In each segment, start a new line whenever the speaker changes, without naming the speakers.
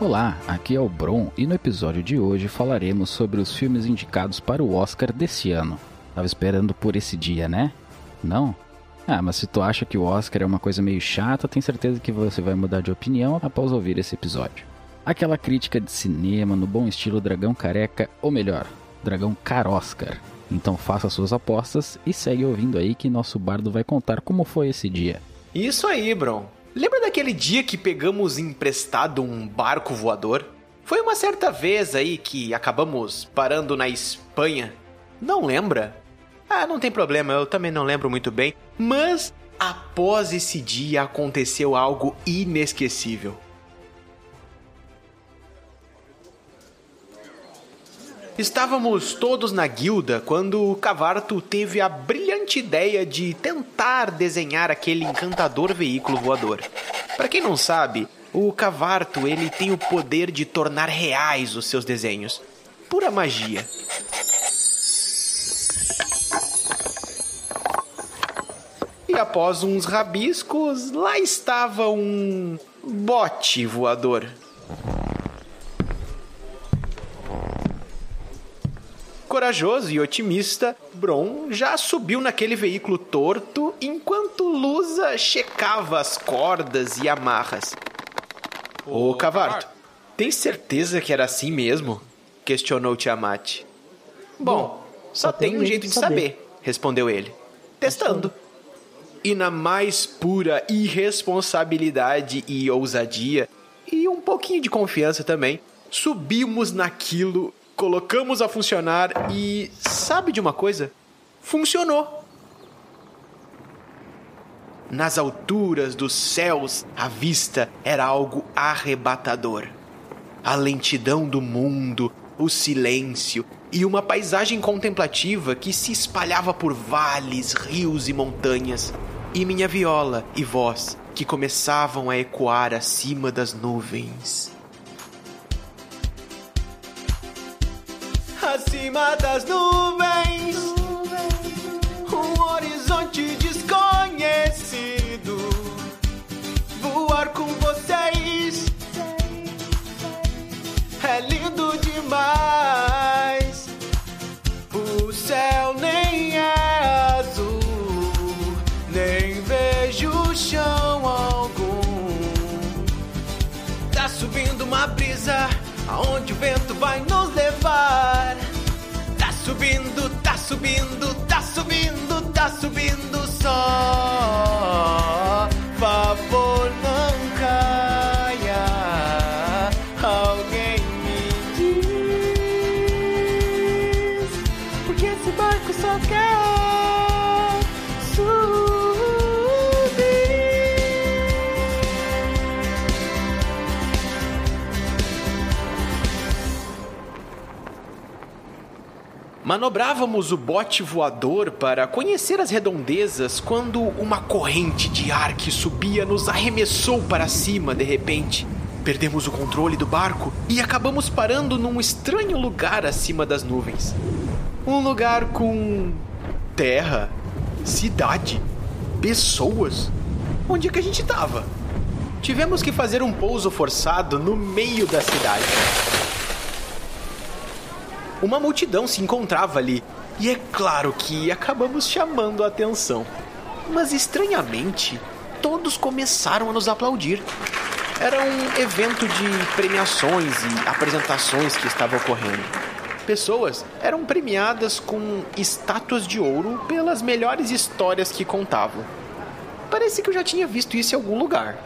Olá, aqui é o Bron e no episódio de hoje falaremos sobre os filmes indicados para o Oscar desse ano. Tava esperando por esse dia, né? Não? Ah, mas se tu acha que o Oscar é uma coisa meio chata, tenho certeza que você vai mudar de opinião após ouvir esse episódio. Aquela crítica de cinema no bom estilo Dragão Careca, ou melhor, Dragão Caroscar. Então faça suas apostas e segue ouvindo aí que nosso bardo vai contar como foi esse dia.
Isso aí, Bron. Lembra daquele dia que pegamos emprestado um barco voador? Foi uma certa vez aí que acabamos parando na Espanha. Não lembra? Ah, não tem problema, eu também não lembro muito bem. Mas após esse dia aconteceu algo inesquecível. Estávamos todos na guilda quando o Cavarto teve a brilhante ideia de tentar desenhar aquele encantador veículo voador. Para quem não sabe, o Cavarto ele tem o poder de tornar reais os seus desenhos. Pura magia. E após uns rabiscos, lá estava um bote voador. corajoso e otimista, Bron já subiu naquele veículo torto enquanto Lusa checava as cordas e amarras. Ô, Cavarto, tem certeza que era assim mesmo? Questionou Tiamat. Bom, só tem um jeito de saber, respondeu ele. Testando. E na mais pura irresponsabilidade e ousadia, e um pouquinho de confiança também, subimos naquilo colocamos a funcionar e sabe de uma coisa? Funcionou. Nas alturas dos céus, a vista era algo arrebatador. A lentidão do mundo, o silêncio e uma paisagem contemplativa que se espalhava por vales, rios e montanhas. E minha viola e voz que começavam a ecoar acima das nuvens. acima das nuvens, um horizonte desconhecido. Voar com vocês é lindo demais. O céu nem é azul, nem vejo chão algum. Tá subindo uma brisa. Aonde o vento vai nos levar? Tá subindo, tá subindo, tá subindo, tá subindo só. Favor, não caia. Alguém me diz. Porque esse barco só quer subir. Manobrávamos o bote voador para conhecer as redondezas quando uma corrente de ar que subia nos arremessou para cima de repente. Perdemos o controle do barco e acabamos parando num estranho lugar acima das nuvens. Um lugar com. terra, cidade, pessoas. Onde é que a gente estava? Tivemos que fazer um pouso forçado no meio da cidade. Uma multidão se encontrava ali, e é claro que acabamos chamando a atenção. Mas estranhamente, todos começaram a nos aplaudir. Era um evento de premiações e apresentações que estava ocorrendo. Pessoas eram premiadas com estátuas de ouro pelas melhores histórias que contavam. Parece que eu já tinha visto isso em algum lugar.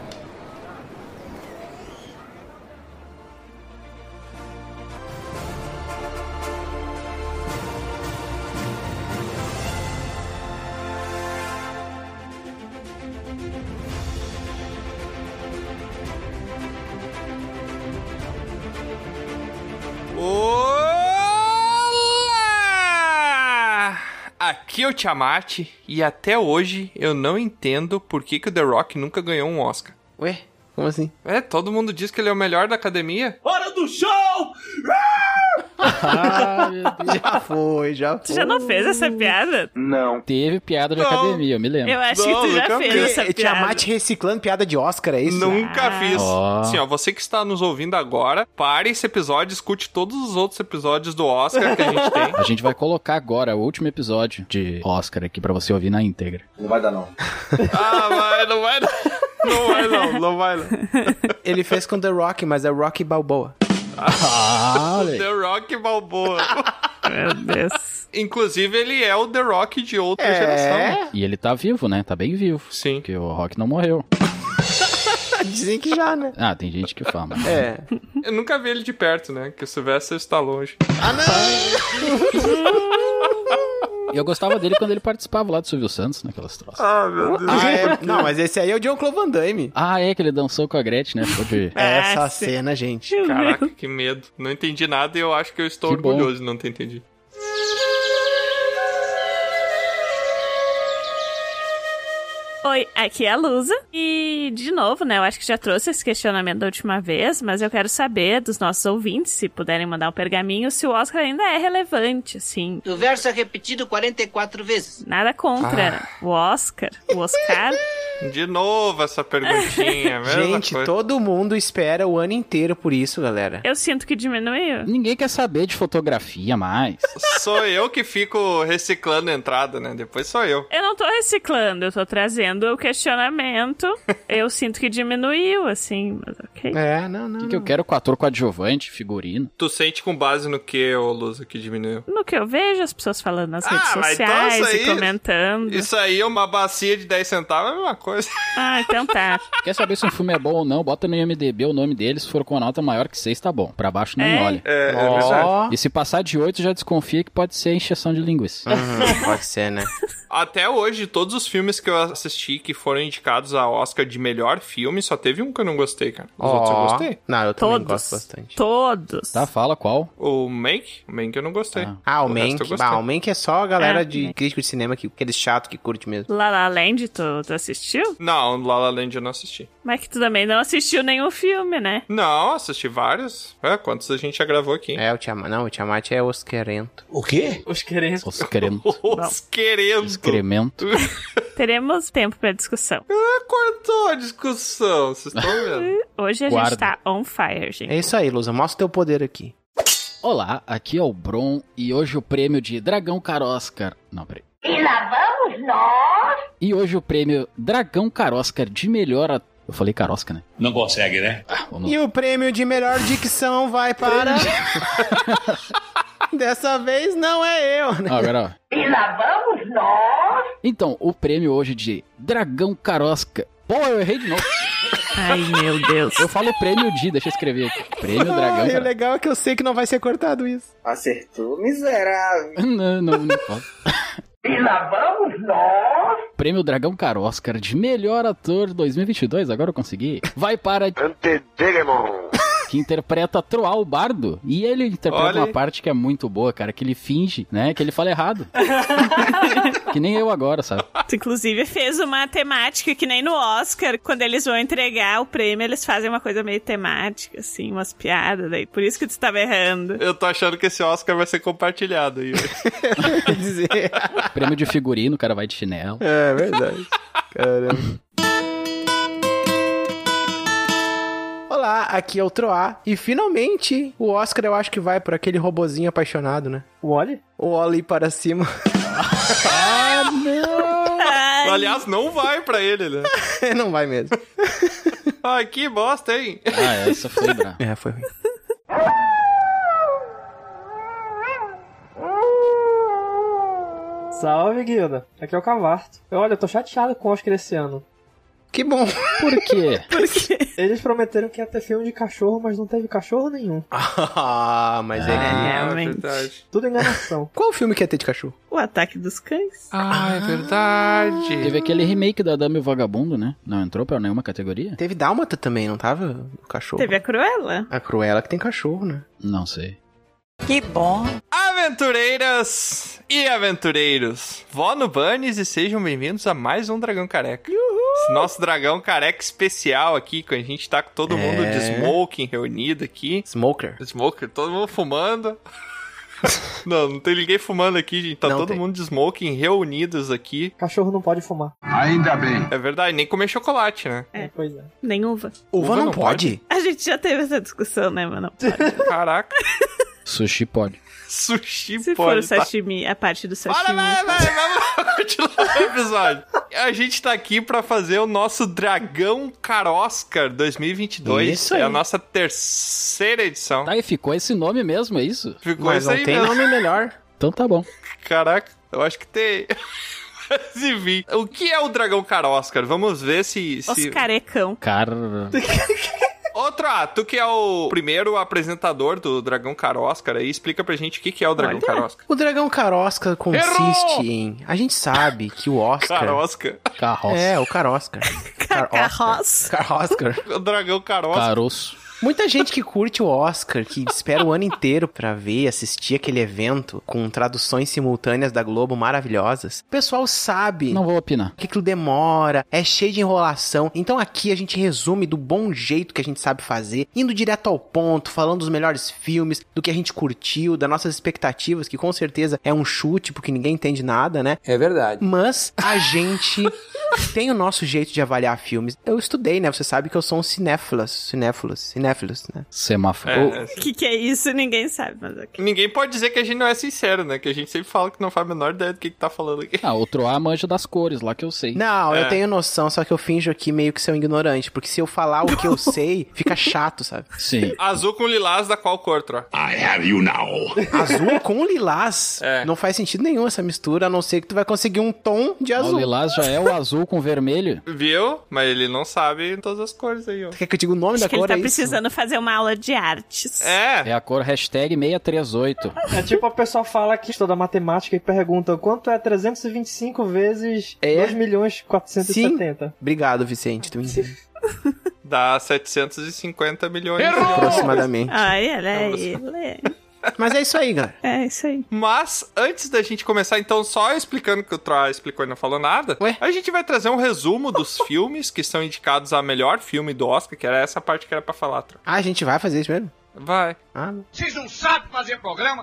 Olá! Aqui é o Tiamat e até hoje eu não entendo por que, que o The Rock nunca ganhou um Oscar.
Ué, como assim?
É, todo mundo diz que ele é o melhor da academia.
Hora do show!
Ah, meu Deus.
Já foi, já
Tu
foi.
já não fez essa piada?
Hum. Não.
Teve piada de
Não.
academia, eu me lembro.
Eu acho que
Não,
tu já
nunca
fez
fiz. É
essa
Porque Tiamat
é piada.
reciclando piada de Oscar, é isso?
Nunca fiz.
Ó.
Assim, ó, você que está nos ouvindo agora, pare esse episódio, escute todos os outros episódios do Oscar que a gente tem.
A gente vai colocar agora o último episódio de Oscar aqui pra você ouvir na íntegra.
Não vai dar, não.
Ah, vai, não vai. não. Não vai não, não vai não.
Ele fez com The Rock, mas é Rock Balboa.
Ah, olha aí.
The Rock Balboa.
Meu Deus.
Inclusive, ele é o The Rock de outra
É.
geração.
E ele tá vivo, né? Tá bem vivo.
Sim.
Porque o Rock não morreu.
Dizem que já, né?
Ah, tem gente que fala. mas-
É.
Eu nunca vi ele de perto, né? Que o Sylvester está longe.
E eu gostava dele quando ele participava lá do Silvio Santos, naquelas troças.
Ah, meu Deus.
Ah, é. Não, mas esse aí é o John Claude Van Damme.
Ah, é que ele dançou com a Gretchen, né? Ficou de...
Essa
Ah, sim.
cena, gente.
Caraca, que medo. Não entendi nada e eu acho que eu estou
Que bom.
orgulhoso de não ter entendido.
Oi, aqui é a Lusa. E, de novo, né, eu acho que já trouxe esse questionamento da última vez, mas eu quero saber dos nossos ouvintes, se puderem mandar um pergaminho, se o Oscar ainda é relevante, assim.
O verso é repetido 44 vezes.
Nada contra
Ah.
o Oscar, o Oscar.
De novo essa perguntinha, mesma
gente,
coisa.
todo mundo espera o ano inteiro por isso, galera.
Eu sinto que diminuiu.
Ninguém quer saber de fotografia mais.
Sou eu que fico reciclando a entrada, né? Depois sou eu.
Eu não tô reciclando, eu tô trazendo o questionamento. Eu sinto que diminuiu, assim, mas ok.
É, não, não.
O que, que eu quero com ator coadjuvante, figurino?
Tu sente com base no que, ô Lusa, que diminuiu?
No que eu vejo, as pessoas falando nas
Ah,
redes
mas então isso
sociais
aí-
e comentando.
Isso aí é uma bacia de 10 centavos, é a mesma coisa.
Ah, então tá.
Quer saber se um filme é bom ou não? Bota no IMDB o nome dele. Se for com uma nota maior que 6, tá bom. Pra baixo nem
É.
olha.
É, é verdade.
Ó,
E se passar de 8, já desconfia que pode ser encheção de linguiça.
Uhum, pode ser, né?
Até hoje, todos os filmes que eu assisti que foram indicados a Oscar de melhor filme, só teve um que eu não gostei, cara. Os outros eu
Ó.
gostei.
Não, eu também
Todos.
gosto bastante.
Todos.
Tá, fala qual?
O Mank, o Mank eu não gostei.
Ah, o
O resto
Mank.
eu gostei.
Bah, o Mank é só a galera
É,
de
Mank.
crítico de cinema, que, aqueles chato que curte mesmo.
La La Land, tu, tu assistiu?
Não, La La Land eu não assisti.
Mas que tu também não assistiu nenhum filme, né?
Não, assisti vários. É, quantos a gente já gravou aqui?
É, o Tiamat. Não, o Tiamat é osquerento.
O quê?
Os querendo.
Os cremos.
Os querendo.
Excremento.
Teremos tempo pra discussão.
Ah, Cortou a discussão, vocês estão vendo?
Hoje a
Guarda.
gente tá on fire, gente.
É isso aí, Lusa. Mostra o teu poder aqui.
Olá, aqui é o Bron e hoje o prêmio de Dragão Caroscar. Não, peraí.
E lá vamos nós!
E hoje o prêmio Dragão Caroscar de melhor. at- Eu falei Carosca, né?
Não consegue, né?
Ah, vamos lá.
E o prêmio de melhor dicção vai para. Dessa vez não é eu, né?
Ah, agora, ó.
E lá vamos nós!
Então, o prêmio hoje de Dragão Carosca. Pô, eu errei de novo.
Ai, meu Deus.
Eu falo prêmio de, deixa eu escrever aqui. Prêmio Dragão.
e o
Carosca.
legal é que eu sei que não vai ser cortado isso.
Acertou, miserável.
Não, não, não falo.
E lá vamos nós!
Prêmio Dragão Caroscar de melhor ator 2022, agora eu consegui. Vai para. Que interpreta Troal Bardo. E ele interpreta
Olha
uma
aí.
parte que é muito boa, cara. Que ele finge, né? Que ele fala errado. que nem eu agora, sabe?
Tu, inclusive, fez uma temática que nem no Oscar, quando eles vão entregar o prêmio, eles fazem uma coisa meio temática, assim, umas piadas. Daí. Por isso que tu tava errando.
Eu tô achando que esse Oscar vai ser compartilhado aí.
Quer dizer.
Prêmio de figurino, o cara vai de chinelo.
É verdade. Caramba. Olá, aqui é o Troá. E finalmente o Oscar eu acho que vai por aquele robozinho apaixonado, né?
O Oli?
O Oli para cima.
Ai,
Aliás, não vai pra ele, né?
não vai mesmo.
Ai, que bosta, hein?
Ah, essa foi brava.
É, foi ruim.
Salve, Guilda. Aqui é o Cavarto. Olha, eu tô chateado com o Oscar esse ano.
Que bom.
Por quê?
Eles prometeram que ia ter filme de cachorro, mas não teve cachorro nenhum.
Ah, mas é
É,
que.
É
realmente.
verdade.
Tudo enganação.
Qual o filme que ia ter de cachorro?
O ataque dos cães.
Ah, é verdade.
Teve aquele remake da Dama e o Vagabundo, né? Não entrou pra nenhuma categoria?
Teve Dálmata também, não tava? O cachorro.
Teve a Cruella.
A Cruella que tem cachorro, né?
Não sei.
Aventureiras e aventureiros, vó no Bunnies e sejam bem-vindos a mais um Dragão Careca. Nosso dragão careca especial aqui, que a gente tá com todo mundo de
É.
smoking reunido aqui.
Smoker.
Smoker, todo mundo fumando. não, não tem ninguém fumando aqui, gente. Tá
Não
todo
tem.
mundo de smoking reunidos aqui.
Cachorro não pode fumar.
É verdade, nem comer chocolate, né?
Pois é.
Nem uva.
Uva, não, pode?
A gente já teve essa discussão, né, mano?
Caraca,
Sushi pode.
sushi
Se for o
pode. tá?
sashimi, a parte do
Para,
sashimi.
vai, vai, vamos continuar o episódio. A gente tá aqui pra fazer o nosso Dragão Caroscar 2022.
Isso
É a
aí.
nossa terceira edição.
Tá, e ficou esse nome mesmo, é isso?
Ficou
Mas
isso
não
aí
tem
mesmo.
nome melhor.
Então tá bom.
Caraca, eu acho que tem. Mas enfim, o que é o Dragão Caroscar? Vamos ver se. se...
Oscarecão.
Car...
Outro, ah, tu que é o primeiro apresentador do Dragão Caroscar aí, explica pra gente o que, que é o Dragão Caroscar.
O dragão carosca consiste
Errou!
em... A gente sabe que o Oscar...
Carosca.
Carroça.
É, o Carosca.
Carroça.
Carosca.
O Dragão Caroscar.
Caroço.
Muita gente que curte o Oscar, que espera o ano inteiro pra ver e assistir aquele evento com traduções simultâneas da Globo maravilhosas. O pessoal sabe
Não vou opinar.
que aquilo demora, é cheio de enrolação. Então aqui a gente resume do bom jeito que a gente sabe fazer, indo direto ao ponto, falando dos melhores filmes, do que a gente curtiu, das nossas expectativas, que com certeza é um chute, porque ninguém entende nada, né?
É verdade.
Mas a gente tem o nosso jeito de avaliar filmes. Eu estudei, né? Você sabe que eu sou um cinéfilas, cinéfilos, cinéfilos, né?
Semáforo.
É,
O que, que é isso? Ninguém sabe, mas ok.
Ninguém pode dizer que a gente não é sincero, né? Que a gente sempre fala que não faz a menor ideia do que, que tá falando aqui.
Ah, outro A manja das cores lá que eu sei.
Não,
É.
eu tenho noção, só que eu finjo aqui meio que ser um ignorante, porque se eu falar o que eu sei, fica chato, sabe?
Sim.
Azul com lilás da qual cor, Tro?
Azul com lilás.
É.
Não faz sentido nenhum essa mistura, a não ser que tu vai conseguir um tom de
O
azul.
lilás já é o azul com vermelho.
Viu? Mas ele não sabe todas as cores aí, ó.
Tu Quer que eu diga o nome
Acho
da
que
cor?
ele tá
é isso?
precisando fazer uma aula de artes.
É.
É a cor hashtag 638.
É tipo a pessoa fala que estuda matemática e pergunta quanto é 325 vezes
É.
2 milhões 470.
Obrigado, Vicente, tu me entende.
Dá 750 milhões.
Aproximadamente.
Ai, olha
É
aí.
você.
olha aí.
Mas é isso aí, galera.
É isso aí.
Mas, antes da gente começar, então, só explicando que o Troy explicou e não falou nada,
Ué?
a gente vai trazer um resumo dos filmes que são indicados a melhor filme do Oscar, que era essa parte que era pra falar, Troy.
Ah, a gente vai fazer isso mesmo?
Vai.
Ah, não.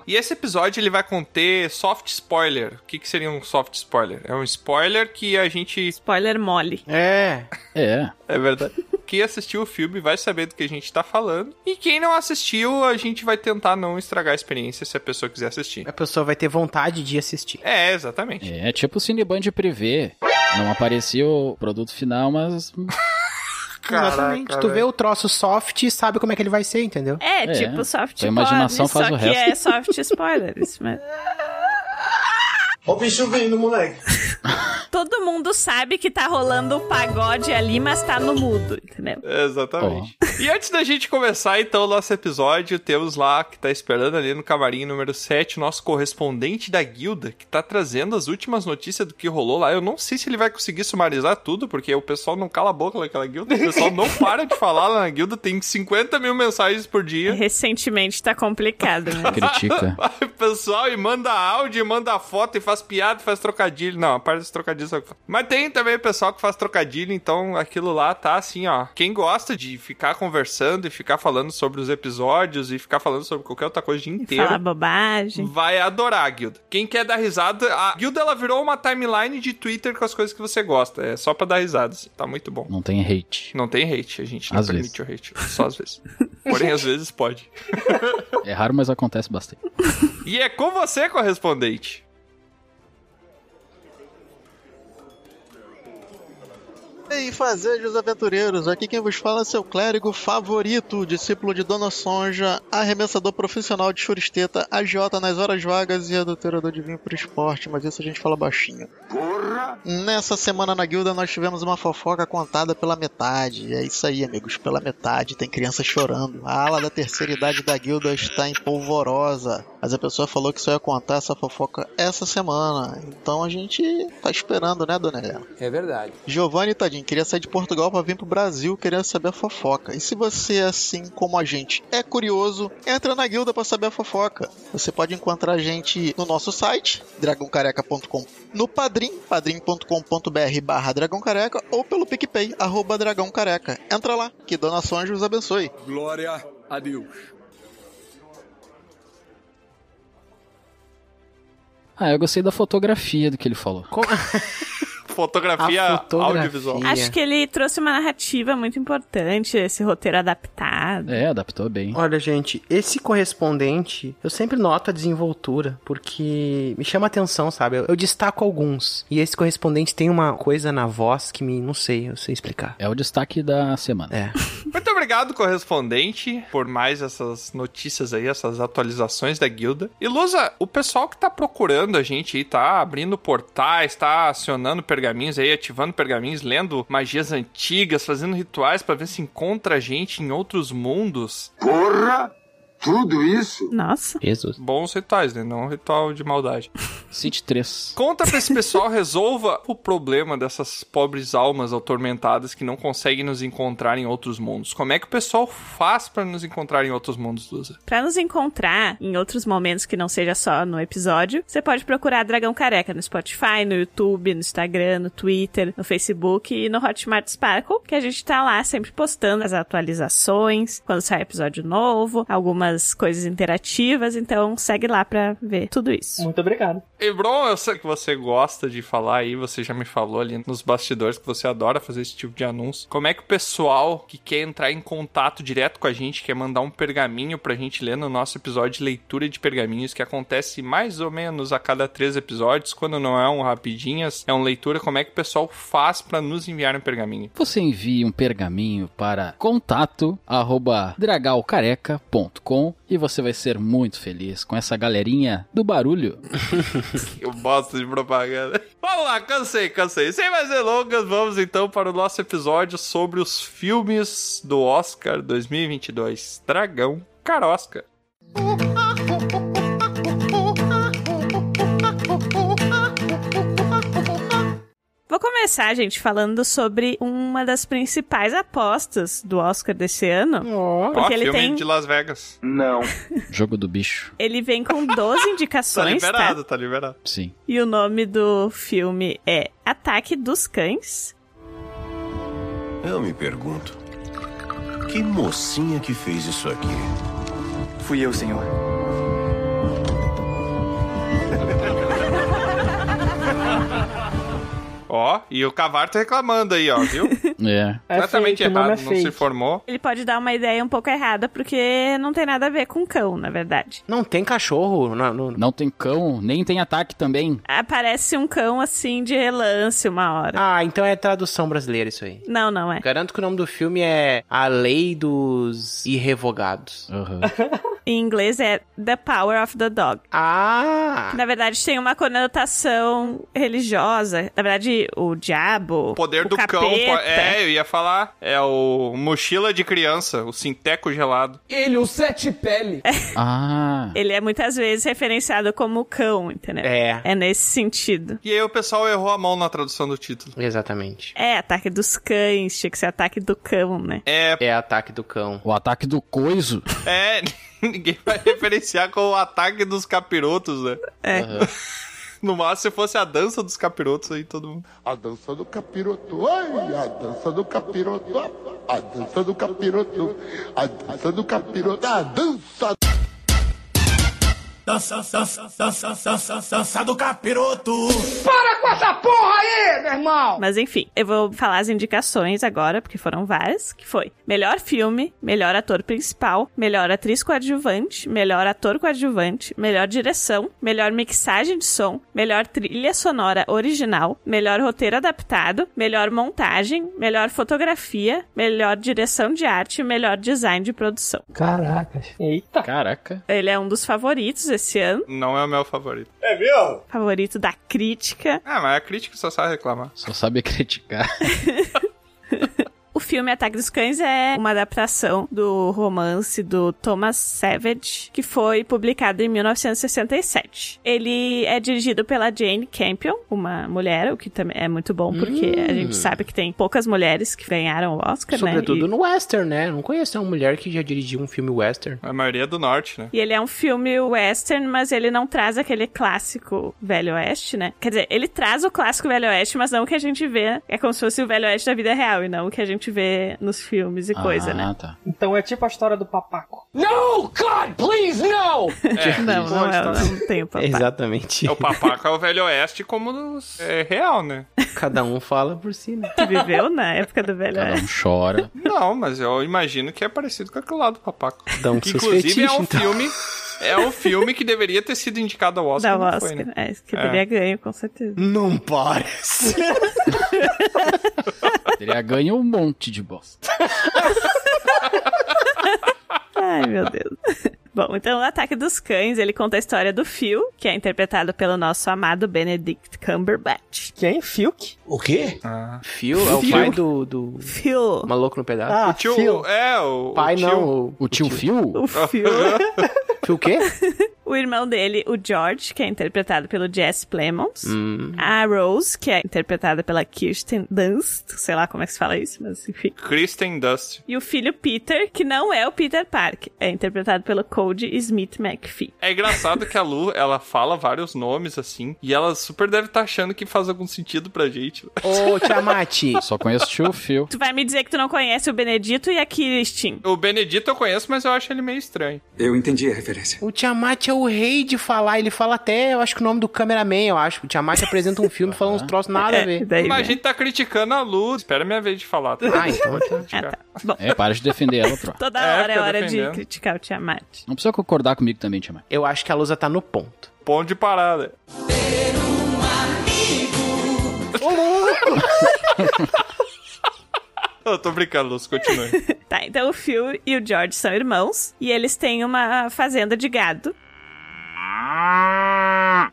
E esse episódio ele vai conter soft spoiler. O que, que seria um soft spoiler? É um spoiler que a gente.
Spoiler mole.
É.
É.
É verdade. Quem assistiu o filme vai saber do que a gente tá falando. E quem não assistiu, a gente vai tentar não estragar a experiência se a pessoa quiser assistir.
A pessoa vai ter vontade de assistir.
É, exatamente.
É tipo o Cineband Privé. Não aparecia o produto final, mas
Exatamente. tu vê o troço soft e sabe como é que ele vai ser, entendeu?
É,
É,
tipo soft
a imaginação faz
porn, só
o
que
resto.
é soft spoiler. Isso mesmo.
Ó o bicho vindo, moleque.
Todo mundo sabe que tá rolando o pagode ali, mas tá no mudo, entendeu?
Exatamente. E antes da gente começar, então, o nosso episódio, temos lá, que tá esperando ali no camarim número 7, o nosso correspondente da guilda, que tá trazendo as últimas notícias do que rolou lá. Eu não sei se ele vai conseguir sumarizar tudo, porque o pessoal não cala a boca naquela guilda, o pessoal não para de falar lá na guilda, tem 50 mil mensagens por dia.
É, Recentemente tá complicado, né?
critica.
Vai, pessoal, e manda áudio, e manda foto, e faz piada, e faz trocadilho. Não, para desse trocadilho. só é que faz. Mas tem também pessoal que faz trocadilho, então aquilo lá tá assim, ó. Quem gosta de ficar conversando e ficar falando sobre os episódios e ficar falando sobre qualquer outra coisa o dia
Falar
inteiro.
bobagem.
Vai adorar a Guilda. Quem quer dar risada, a Guilda ela virou uma timeline de Twitter com as coisas que você gosta. É só pra dar risada. assim. Tá muito bom.
Não tem hate.
Não tem hate, a gente não
Às
permite o hate. Só às vezes. Porém, às vezes pode.
É raro, mas acontece bastante.
E é com você, correspondente.
E aí, fazejos aventureiros, aqui quem vos fala é seu clérigo favorito, discípulo de Dona Sonja, arremessador profissional de churisteta, agiota nas horas vagas e adulterador de vinho pro esporte, mas isso a gente fala baixinho. Nessa semana na guilda nós tivemos uma fofoca contada pela metade, é isso aí, amigos, pela metade, tem criança chorando. A ala da terceira idade da guilda está em polvorosa, mas a pessoa falou que só ia contar essa fofoca essa semana, então a gente tá esperando, né, dona Helena?
É verdade.
Giovanni, tadinho, queria sair de Portugal pra vir pro Brasil querendo saber a fofoca. E se você, assim como a gente, é curioso, entra na guilda pra saber a fofoca. Você pode encontrar a gente no nosso site, dragãocareca.com, no Padrim, padrim padrim.com.br barra Dragão Careca ou pelo PicPay, arroba Dragão Careca. Entra lá, que Dona Sonja os abençoe.
Glória a Deus.
Ah, eu gostei da fotografia do que ele falou.
Fotografia,
A fotografia.
audiovisual.
Acho que ele trouxe uma narrativa muito importante, esse roteiro adaptado.
É, adaptou bem.
Olha, gente, esse correspondente, eu sempre noto a desenvoltura, porque me chama atenção, sabe? Eu, eu destaco alguns. E esse correspondente tem uma coisa na voz que me. não sei, eu sei explicar.
É o destaque da semana.
É.
Muito obrigado, correspondente, por mais essas notícias aí, essas atualizações da guilda. E Lusa, o pessoal que tá procurando a gente aí, tá abrindo portais, tá acionando pergaminhos aí, ativando pergaminhos, lendo magias antigas, fazendo rituais pra ver se encontra a gente em outros mundos.
Porra! Tudo isso?
Nossa.
Jesus.
Bons rituais, né? Não um ritual de maldade.
City 3.
Conta pra esse pessoal, resolva o problema dessas pobres almas atormentadas que não conseguem nos encontrar em outros mundos. Como é que o pessoal faz pra nos encontrar em outros mundos, Lusa?
Pra nos encontrar em outros momentos que não seja só no episódio, você pode procurar Dragão Careca no Spotify, no YouTube, no Instagram, no Twitter, no Facebook e no Hotmart Sparkle, que a gente tá lá sempre postando as atualizações, quando sai episódio novo, algumas coisas interativas, então segue lá pra ver tudo isso.
Muito obrigado.
E Bron, eu sei que você gosta de falar aí, você já me falou ali nos bastidores que você adora fazer esse tipo de anúncio. Como é que o pessoal que quer entrar em contato direto com a gente, quer mandar um pergaminho pra gente ler no nosso episódio de leitura de pergaminhos, que acontece mais ou menos a cada três episódios, quando não é um rapidinhas, é um leitura, como é que o pessoal faz pra nos enviar um pergaminho?
Você envia um pergaminho para contato arroba dragalcareca.com e você vai ser muito feliz com essa galerinha do barulho.
Eu bosta de propaganda. Vamos lá, cansei, cansei. Sem mais delongas, vamos então para o nosso episódio sobre os filmes do Oscar 2022. Dragão Carosca.
Vou começar, gente, falando sobre uma das principais apostas do Oscar desse ano.
Ó,
Porque ele
filme
tem-
de Las Vegas.
Jogo do bicho.
Ele vem com 12
Tá
indicações, tá?
liberado, tá liberado.
Sim.
E o nome do filme é Ataque dos Cães.
Eu me pergunto, que mocinha que fez isso aqui?
Fui eu, senhor.
Ó, e o Cavar tá reclamando aí, ó, viu?
É.
É
Completamente
fake, o nome
errado,
é
não se
fake.
formou.
Ele pode dar uma ideia um pouco errada, porque não tem nada a ver com cão, na verdade.
Não tem cachorro na- no.
Não tem cão, nem tem ataque também.
Aparece um cão assim de relance uma hora.
Ah, então é tradução brasileira isso aí.
Não, não é.
Garanto que o nome do filme é A Lei dos Irrevogados.
Aham.
Em inglês é The Power of the Dog.
Ah!
Na verdade, tem uma conotação religiosa. Na verdade, o diabo.
O poder do
capeta,
cão. po- É, eu ia falar. É o mochila de criança, o sinteco gelado.
Ele, o sete pele.
Ah.
Ele é muitas vezes referenciado como cão, entendeu?
É.
É nesse sentido.
E aí o pessoal errou a mão na tradução do título.
Exatamente.
É, ataque dos cães, tinha que ser ataque do cão, né?
É,
É ataque do cão.
O ataque do coiso.
É, ninguém vai referenciar com o ataque dos capirotos, né?
É.
No máximo, se fosse a dança dos capirotos aí, todo mundo.
A dança do capiroto, ai, a dança do capiroto, a dança do capiroto, a dança do capiroto, a dança
Para com essa porra aí, meu irmão!
Mas enfim, eu vou falar as indicações agora, porque foram várias, que foi melhor filme, melhor ator principal, melhor atriz coadjuvante, melhor ator coadjuvante, melhor direção, melhor mixagem de som, melhor trilha sonora original, melhor roteiro adaptado, melhor montagem, melhor fotografia, melhor direção de arte e melhor design de produção.
Caracas.
Tá.
Eita.
Caraca.
Ele é um dos favoritos esse ano,
Não é o meu favorito.
favorito da crítica.
Ah, mas a crítica só sabe reclamar.
Só sabe criticar.
O filme Ataque dos Cães é uma adaptação do romance do Thomas Savage, que foi publicado em 1967. Ele é dirigido pela Jane Campion, uma mulher, o que também é muito bom, porque
Hum.
a gente sabe que tem poucas mulheres que ganharam o Oscar,
Sobretudo
né?
no western, né? Não conheço nenhuma mulher que já dirigiu um filme western.
A maioria é do norte, né?
E ele é um filme western, mas ele não traz aquele clássico Velho Oeste, né? Quer dizer, ele traz o clássico Velho Oeste, mas não o que a gente vê. É como se fosse o Velho Oeste da vida real e não o que a gente vê nos filmes e coisa,
Ah.
né?
tá.
Então é tipo a história do papaco.
No, God, please, no!
não, não,
tá?
é, não tem o papai.
Exatamente.
É o papaco é o velho oeste como nos- é real, né?
Cada um fala por si, né?
Tu viveu na época do Velho Oeste.
um Chora.
Não, mas eu imagino que é parecido com aquele lá do papaco.
Dá um
que
seus
inclusive é
fetiches,
um
então.
filme. É um filme que deveria ter sido indicado ao Oscar.
Da
não
Oscar,
foi, né?
é, que teria ganho, com certeza.
Não parece.
Teria ganho um monte de bosta.
Ai, meu Deus. Bom, então o Ataque dos Cães, ele conta a história do Phil, que é interpretado pelo nosso amado Benedict Cumberbatch.
Quem? Filk?
O quê?
Ah.
Phil é
Phil.
o pai do, do
Phil.
maluco no pedaço.
Ah,
o tio.
Phil.
É, o.
pai
o tio.
não. O,
O tio Phil?
O Phil.
Phil o quê?
o irmão dele, o George, que é interpretado pelo Jess Plemons.
Hum.
A Rose, que é interpretada pela Kirsten Dunst, sei lá como é que se fala isso, mas enfim.
Kristen Dust.
E o filho Peter, que não é o Peter Park, é interpretado pelo Cody Smith McPhee.
É engraçado que a Lu, ela fala vários nomes assim, e ela super deve estar achando que faz algum sentido pra gente.
Ô, Tiamat.
Só conheço o tio Phil.
Tu vai me dizer que tu não conhece o Benedito e a Kirsten.
O Benedito eu conheço, mas eu acho ele meio estranho.
Eu entendi a referência.
O Tiamat é o rei de falar. Ele fala até, eu acho que o nome do cameraman, eu acho. O Tiamat apresenta um filme falando uns troços nada a ver.
Daí,
Mas a
né?
gente tá criticando a Lu. Espera a minha vez de falar. Tá?
é? Ah, então tá.
Ah, tá. Bom,
É, para de defender ela, tro.
toda
É,
hora é
fica
hora
defendendo.
de criticar o Tiamat.
Não precisa concordar comigo também, Tiamat.
Eu acho que a Lusa tá no ponto.
Ponto de parada. Eu tô brincando, Luz, continue.
Tá, então o Phil e o George são irmãos e eles têm uma fazenda de gado.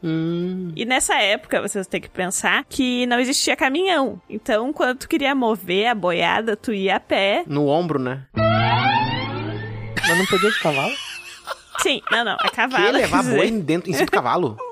Hum.
E nessa época, vocês têm que pensar que não existia caminhão. Então, quando tu queria mover a boiada, tu ia a pé.
No ombro, né?
Mas não podia de cavalo?
Sim, não, não, a
Quer
cavalo.
levar
quer dizer,
boi dentro, em cima do cavalo?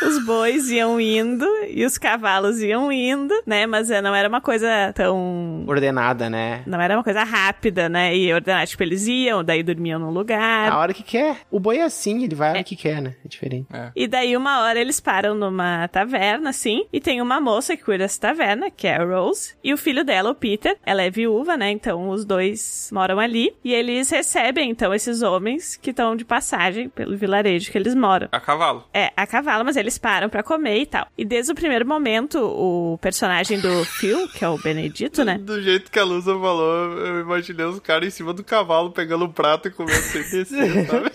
Os bois iam indo e os cavalos iam indo, né? Mas eh, não era uma coisa tão
Ordenada, né?
Não era uma coisa rápida, né? E ordenar, tipo, eles iam, daí dormiam num lugar.
A hora que quer. O boi é assim, ele vai a hora que quer, né? É diferente.
E daí, uma hora, eles param numa taverna, assim, e tem uma moça que cuida dessa taverna, que é a Rose, e o filho dela, o Peter, ela é viúva, né? Então, os dois moram ali, e eles recebem, então, esses homens que estão de passagem pelo vilarejo que eles moram.
A cavalo.
É, a cavalo, mas eles param pra comer e tal. E desde o primeiro momento, o personagem do Phil, que é o Benedito, né?
Do jeito que a Lusa falou, eu imaginei os caras em cima do cavalo pegando o prato e comendo sem descer, sabe?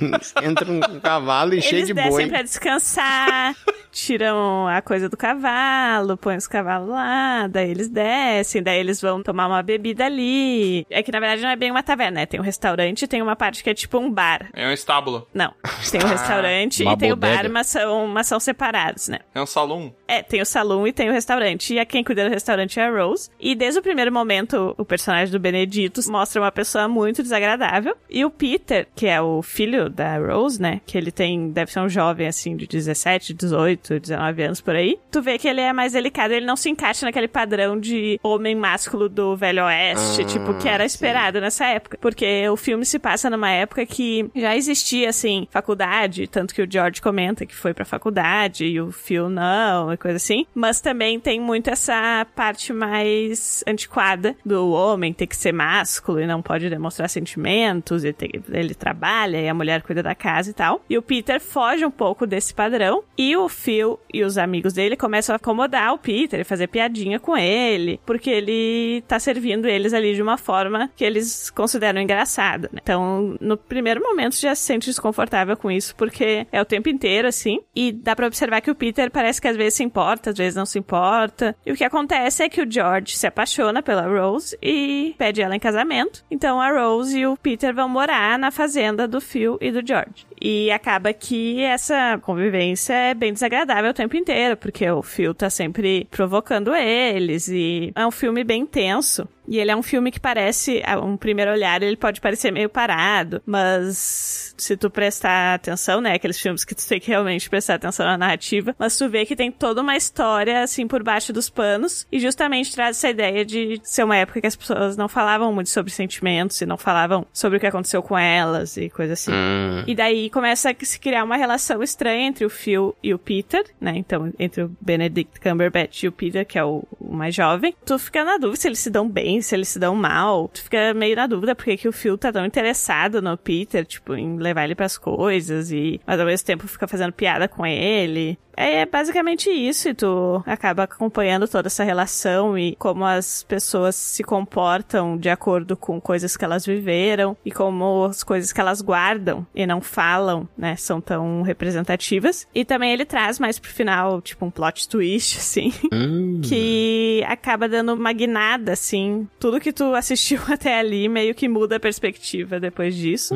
Entra um cavalo e cheio
Eles
de
descem
boi.
pra descansar, tiram a coisa do cavalo, põem os cavalos lá, daí eles descem, daí eles vão tomar uma bebida ali. É que na verdade não é bem uma taverna, né? Tem um restaurante e tem uma parte que é tipo um bar.
É um estábulo.
Não, tem
Ah,
um restaurante
uma
e tem o bar,
bodega.
mas são, mas são separados, né?
É um salão.
É, tem o salão e tem o restaurante. E a quem cuida do restaurante é a Rose. E desde o primeiro momento, o personagem do Benedito mostra uma pessoa muito desagradável. E o Peter, que é o filho da Rose, né? Que ele tem, deve ser um jovem assim, de 17, 18, 19 anos por aí. Tu vê que ele é mais delicado, ele não se encaixa naquele padrão de homem másculo do Velho Oeste, tipo, que era esperado nessa época. Porque o filme se passa numa época que já existia, assim, faculdade, tanto que o George comenta que foi pra faculdade e o Phil não, e coisa assim. Mas também tem muito essa parte mais antiquada do homem ter que ser másculo e não pode demonstrar sentimentos, e tem- ele trabalha e a mulher cuida da casa e tal. E o Peter foge um pouco desse padrão e o Phil e os amigos dele começam a acomodar o Peter e fazer piadinha com ele, porque ele tá servindo eles ali de uma forma que eles consideram engraçada. né? Então, no primeiro momento já se sente desconfortável com isso, porque é o tempo inteiro assim, e dá pra observar que o Peter parece que às vezes se importa, às vezes não se importa. E o que acontece é que o George se apaixona pela Rose e pede ela em casamento. Então a Rose e o Peter vão morar na fazenda do Phil e do George. E acaba que essa convivência é bem desagradável o tempo inteiro, porque o Phil tá sempre provocando eles e é um filme bem tenso. E ele é um filme que parece, a um primeiro olhar, ele pode parecer meio parado, mas se tu prestar atenção, né, aqueles filmes que tu tem que realmente prestar atenção na narrativa, mas tu vê que tem toda uma história, assim, por baixo dos panos, e justamente traz essa ideia de ser uma época que as pessoas não falavam muito sobre sentimentos e não falavam sobre o que aconteceu com elas e coisa assim.
Hum.
E daí começa a se criar uma relação estranha entre o Phil e o Peter, né, então entre o Benedict Cumberbatch e o Peter, que é o, o mais jovem. Tu fica na dúvida se eles se dão bem se eles se dão mal. Tu fica meio na dúvida porque que o Phil tá tão interessado no Peter, tipo, em levar ele pras coisas e, mas ao mesmo tempo fica fazendo piada com ele. É basicamente isso, e tu acaba acompanhando toda essa relação e como as pessoas se comportam de acordo com coisas que elas viveram e como as coisas que elas guardam e não falam, né, são tão representativas. E também ele traz mais pro final, tipo, um plot twist, assim,
Hum.
que acaba dando uma guinada, assim. Tudo que tu assistiu até ali meio que muda a perspectiva depois disso.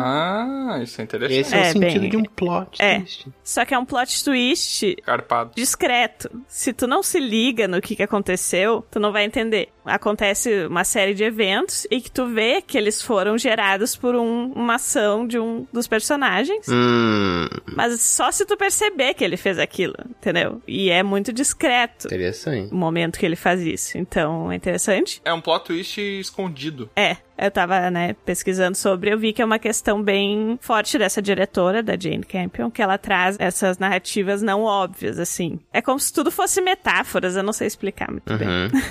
Ah, isso é interessante.
Esse é o É, sentido bem- de um
plot
É. Só que é um plot twist
Carpado.
discreto. Se tu não se liga no que, que aconteceu, tu não vai entender. Acontece uma série de eventos e que tu vê que eles foram gerados por um- uma ação de um dos personagens.
Hum.
Mas só se tu perceber que ele fez aquilo, entendeu? E é muito discreto
Interessante.
o momento que ele faz isso. Então é interessante.
É um plot twist escondido.
É, eu tava, né, pesquisando sobre, eu vi que é uma questão bem forte dessa diretora, da Jane Campion, que ela traz essas narrativas não óbvias, assim. É como se tudo fosse metáforas, eu não sei explicar muito bem.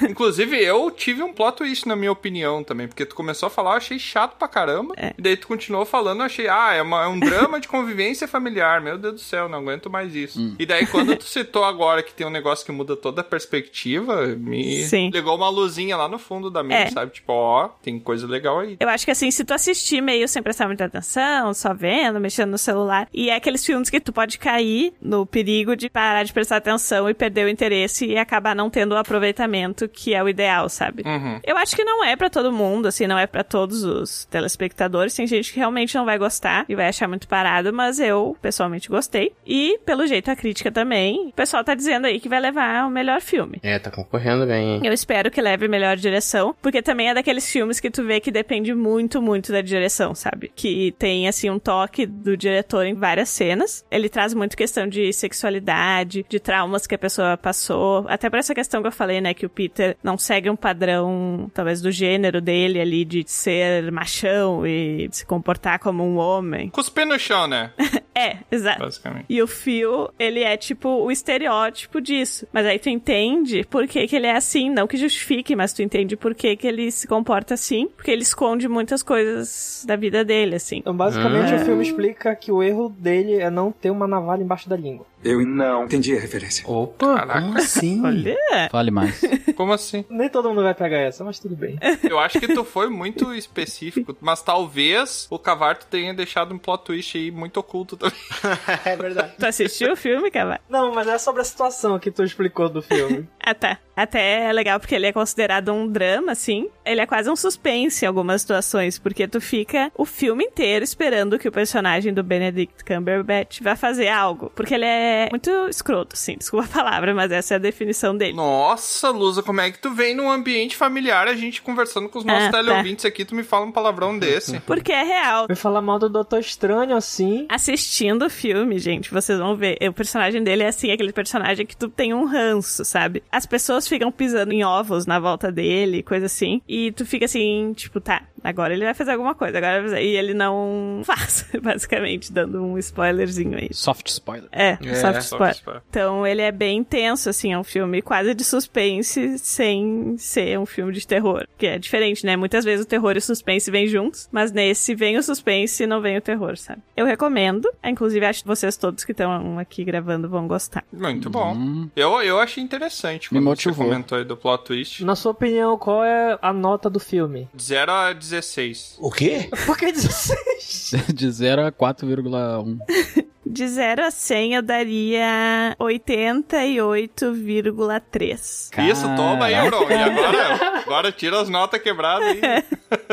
Inclusive, eu tive um plot twist, na minha opinião, também. Porque tu começou a falar, eu achei chato pra caramba.
É.
E daí tu continuou falando, eu achei, ah, é, uma- é um drama de convivência familiar. Meu Deus do céu, não aguento mais isso.
Hum.
E daí, quando tu citou agora que tem um negócio que muda toda a perspectiva, me
Sim.
ligou uma luzinha lá no fundo da mente,
É.
sabe? Tipo, ó, tem coisa legal aí.
Eu acho que assim, se tu assistir meio sem prestar muita atenção, só vendo, mexendo no celular, e é aqueles filmes que tu pode cair no perigo de parar de prestar atenção e perder o interesse e acabar não tendo o aproveitamento que é o ideal, sabe?
Uhum.
Eu acho que não é pra todo mundo, assim, não é pra todos os telespectadores. Tem gente que realmente não vai gostar e vai achar muito parado, mas eu pessoalmente gostei. E pelo jeito a crítica também. O pessoal tá dizendo aí que vai levar o melhor filme.
É, tá concorrendo bem, hein?
Eu espero que leve melhor direção, porque também é daqueles filmes que tu vê que depende muito, muito da direção, sabe? Que tem, assim, um toque do diretor em várias cenas. Ele traz muito questão de sexualidade, de traumas que a pessoa passou. Até pra essa questão que eu falei, né? Que o Peter não segue um padrão, talvez, do gênero dele ali, de ser machão e se comportar como um homem.
Cuspir no chão, né?
É, exato.
Basicamente.
E o Phil, ele é tipo o estereótipo disso. Mas aí tu entende por que, que ele é assim. Não que justifique, mas tu entende por que, que ele se comporta assim. Porque ele esconde muitas coisas da vida dele, assim. Então,
Basicamente, o filme explica que o erro dele é não ter uma navalha embaixo da língua.
Eu não entendi a referência.
Opa,
como
assim?
É.
Fale mais.
Como assim?
Nem todo mundo vai pegar essa, mas tudo bem.
Eu acho que tu foi muito específico, mas talvez o Cavarto tenha deixado um plot twist aí muito oculto também.
é verdade.
Tu assistiu o filme, cara?
Não, mas é sobre a situação que tu explicou do filme.
Ah, tá. Até é legal porque ele é considerado um drama, assim. Ele é quase um suspense em algumas situações, porque tu fica o filme inteiro esperando que o personagem do Benedict Cumberbatch vá fazer algo. Porque ele é muito escroto, assim. Desculpa a palavra, mas essa é a definição dele.
Nossa, Lusa, como é que tu vem num ambiente familiar, a gente conversando com os nossos
Ah, tá.
teleouvintes aqui, tu me fala um palavrão desse.
Porque é real.
Vai falar mal do Doutor Estranho assim.
Assistindo o filme, gente, vocês vão ver. O personagem dele é assim, aquele personagem que tu tem um ranço, sabe? As pessoas ficam pisando em ovos na volta dele, coisa assim. E tu fica assim, tipo, tá, agora ele vai fazer alguma coisa, agora vai fazer. E ele não faz, basicamente, dando um spoilerzinho aí.
Soft spoiler.
É,
É,
soft,
soft
spoiler.
spoiler.
Então ele é bem intenso, assim, é um filme quase de suspense sem ser um filme de terror. Que é diferente, né? Muitas vezes o terror e o suspense vêm juntos, mas nesse vem o suspense e não vem o terror, sabe? Eu recomendo. é, Inclusive, acho que vocês todos que estão aqui gravando vão gostar.
Uhum.
Muito bom. Eu, eu achei interessante
Me
quando você
motivou.
comentou aí do plot twist.
Na sua opinião, qual é a nota do filme?
0 a 16.
O quê?
Por que 16?
De 0 a 4,1.
De 0 a 100, eu daria 88,3.
Isso, toma aí, Bron. E agora, agora tira as notas quebradas aí.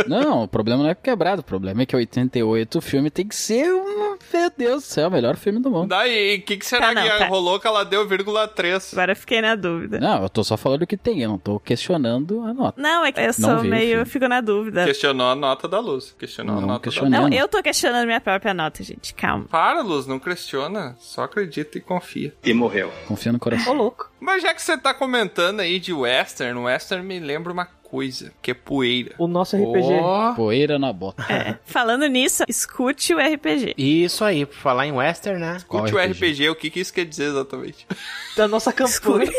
Não, o problema não é quebrado. O problema é que 88 o filme tem que ser uma Meu Deus do céu, melhor filme do mundo.
Daí, o que, que será
Tá, não,
que
tá.
rolou que ela deu vírgula 3?
Agora eu fiquei na dúvida.
Não, eu tô só falando o que tem, eu não tô questionando a nota.
Não, é que eu
Não
sou
vi o
meio.
filme.
Eu fico na dúvida.
Questionou a nota da luz. Questionou a
Não,
nota
questionei
da
Não,
luz.
eu tô questionando minha própria nota, gente. Calma.
Para, Luz, não questiona. Só acredita e confia.
E morreu. Confia no coração.
louco.
Mas já que você tá comentando aí de western, o western me lembra uma coisa, que é poeira.
O nosso
RPG.
Poeira na bota.
É, Falando nisso, escute o RPG.
Isso aí, por falar em western, né?
Escute o RPG, o que, que isso quer dizer exatamente?
Da nossa campanha.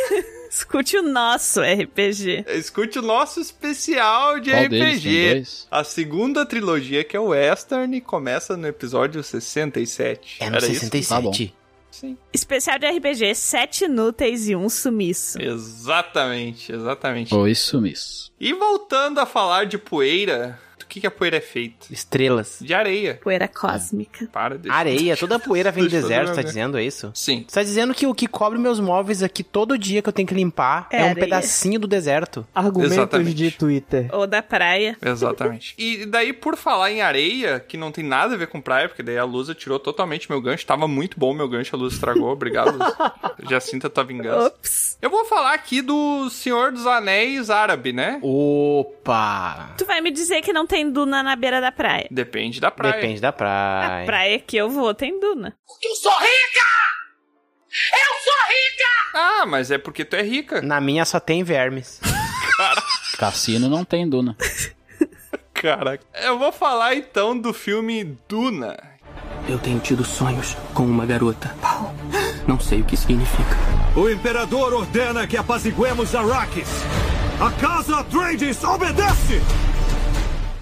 Escute o nosso RPG.
Escute o nosso especial de
Qual deles? Tem
RPG.
dois?
A segunda trilogia, que é o Western, e começa no episódio 67.
É no
Era isso?
67.
Sim.
Especial de RPG: Sete inúteis e um sumiço.
Exatamente, exatamente.
Ou isso mesmo.
E voltando a falar de poeira, do que, que a poeira é feita?
Estrelas.
De areia.
Poeira cósmica.
Para, deixa.
Areia, toda poeira vem do
Deixa eu
deserto, tá
ver.
dizendo isso?
Sim.
Você tá dizendo que o que cobre meus móveis aqui todo dia que eu tenho que limpar
É
é, um
areia.
pedacinho do deserto.
Argumentos
Exatamente.
de Twitter.
É.
Ou da praia.
Exatamente. e daí, por falar em areia, que não tem nada a ver com praia, porque daí a Lusa tirou totalmente meu gancho. Tava muito bom meu gancho, a Lusa estragou. Obrigado, Lusa. Já sinta tua vingança.
Ops.
Eu vou falar aqui do Senhor dos Anéis árabe, né?
Opa!
Tu vai me dizer que não tem duna na beira da praia.
Depende da praia.
Depende da
A
praia.
É praia que eu vou tem duna.
Porque eu sou rica! Eu sou rica!
Ah, mas é porque tu é rica.
Na minha só tem vermes.
Cassino não tem duna.
Caraca. Eu vou falar então do filme Duna.
Eu tenho tido sonhos com uma garota. Não sei o que significa.
O imperador ordena que apaziguemos Arrakis. A casa Atreides obedece!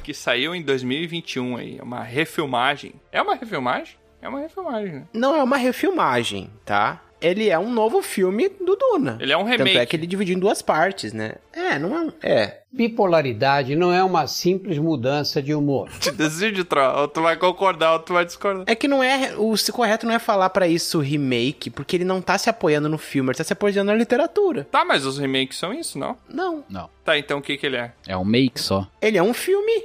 Que saiu em 2021 aí. É uma refilmagem. É uma refilmagem? É uma refilmagem, né?
Não é uma refilmagem, tá? Ele é um novo filme do Duna.
Ele é um remake.
Tanto é que ele dividiu em duas partes, né? É, não é um... É.
Bipolaridade não é uma simples mudança de humor.
Te decide, Tro. Ou tu vai concordar ou tu vai discordar.
É que não é... O se correto não é falar pra isso remake, porque ele não tá se apoiando no filme, ele tá se apoiando na literatura.
Tá, mas os remakes são isso, não?
Não.
Não.
Tá, então o que que ele é?
É um make só.
Ele é um filme.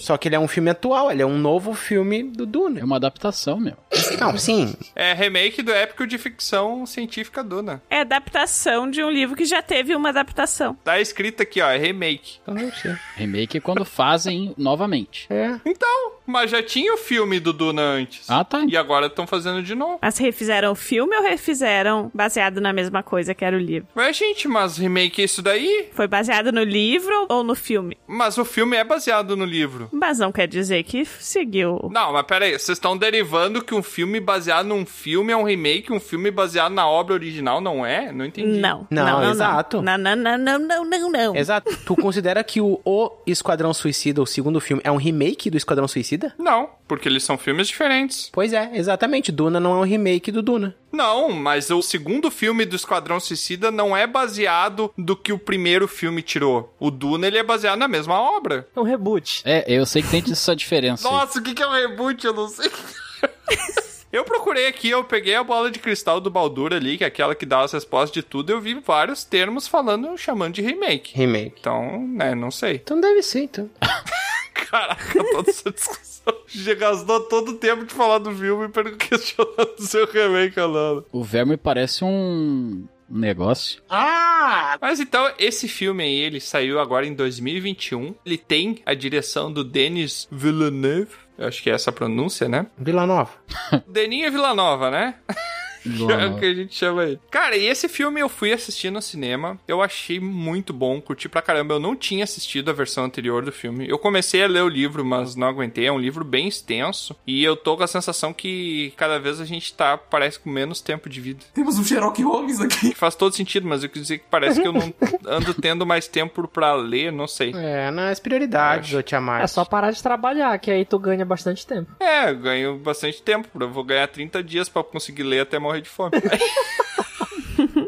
Só que ele é um filme atual, ele é um novo filme do Duna.
É uma adaptação, meu.
Não, sim.
É remake do épico de ficção científica Duna.
É adaptação de um livro que já teve uma adaptação.
Tá escrito aqui, ó, é remake.
Então eu sei.
Remake é quando fazem novamente.
É.
Então, mas já tinha o filme do Duna antes.
Ah, tá.
E agora estão fazendo de novo.
Mas refizeram o filme ou refizeram baseado na mesma coisa que era o livro?
Ué, gente, mas remake é isso daí?
Foi baseado no livro ou no filme?
Mas o filme é baseado no livro.
Mas não quer dizer que seguiu.
Não, mas pera aí, vocês estão derivando que um filme baseado num filme é um remake, um filme baseado na obra original não é? Não entendi.
Não.
Não,
não, não,
exato.
Não, não, não, não, não, não, não.
Exato. Tu considera que o O Esquadrão Suicida, o segundo filme, é um remake do Esquadrão Suicida?
Não, porque eles são filmes diferentes.
Pois é, exatamente. Duna não é um remake do Duna.
Não, mas o segundo filme do Esquadrão Suicida não é baseado do que o primeiro filme tirou. O Duna, ele é baseado na mesma obra.
É um reboot.
É, eu sei que tem essa diferença. aí.
Nossa, o que que é um reboot? Eu não sei. Eu procurei aqui, eu peguei a bola de cristal do Baldur ali, que é aquela que dá as respostas de tudo, eu vi vários termos falando, chamando de remake.
Remake.
Então, né, não sei.
Então deve ser, então.
Caraca, toda essa discussão. Já gastou todo o tempo de falar do filme e questionando o seu remake, Alana.
O verme parece um negócio.
Ah!
Mas então, esse filme aí, ele saiu agora em 2021. Ele tem a direção do Denis Villeneuve. Eu acho que é essa a pronúncia, né?
Vila Nova.
Deninho Villanova, né? Que é o que
Villanova.
a gente chama ele. Cara, e esse filme eu fui assistir no cinema. Eu achei muito bom, curti pra caramba. Eu não tinha assistido a versão anterior do filme. Eu comecei a ler o livro, mas não aguentei. É um livro bem extenso. E eu tô com a sensação que cada vez a gente tá, parece, com menos tempo de vida.
Temos um Sherlock Holmes aqui.
Faz todo sentido, mas eu quis dizer que parece que eu não ando tendo mais tempo pra ler, não sei.
É, nas prioridades, ô Tiamat.
É só parar de trabalhar, que aí tu ganha bastante tempo.
É, eu ganho bastante tempo. Eu vou ganhar 30 dias pra conseguir ler até morrer de fome.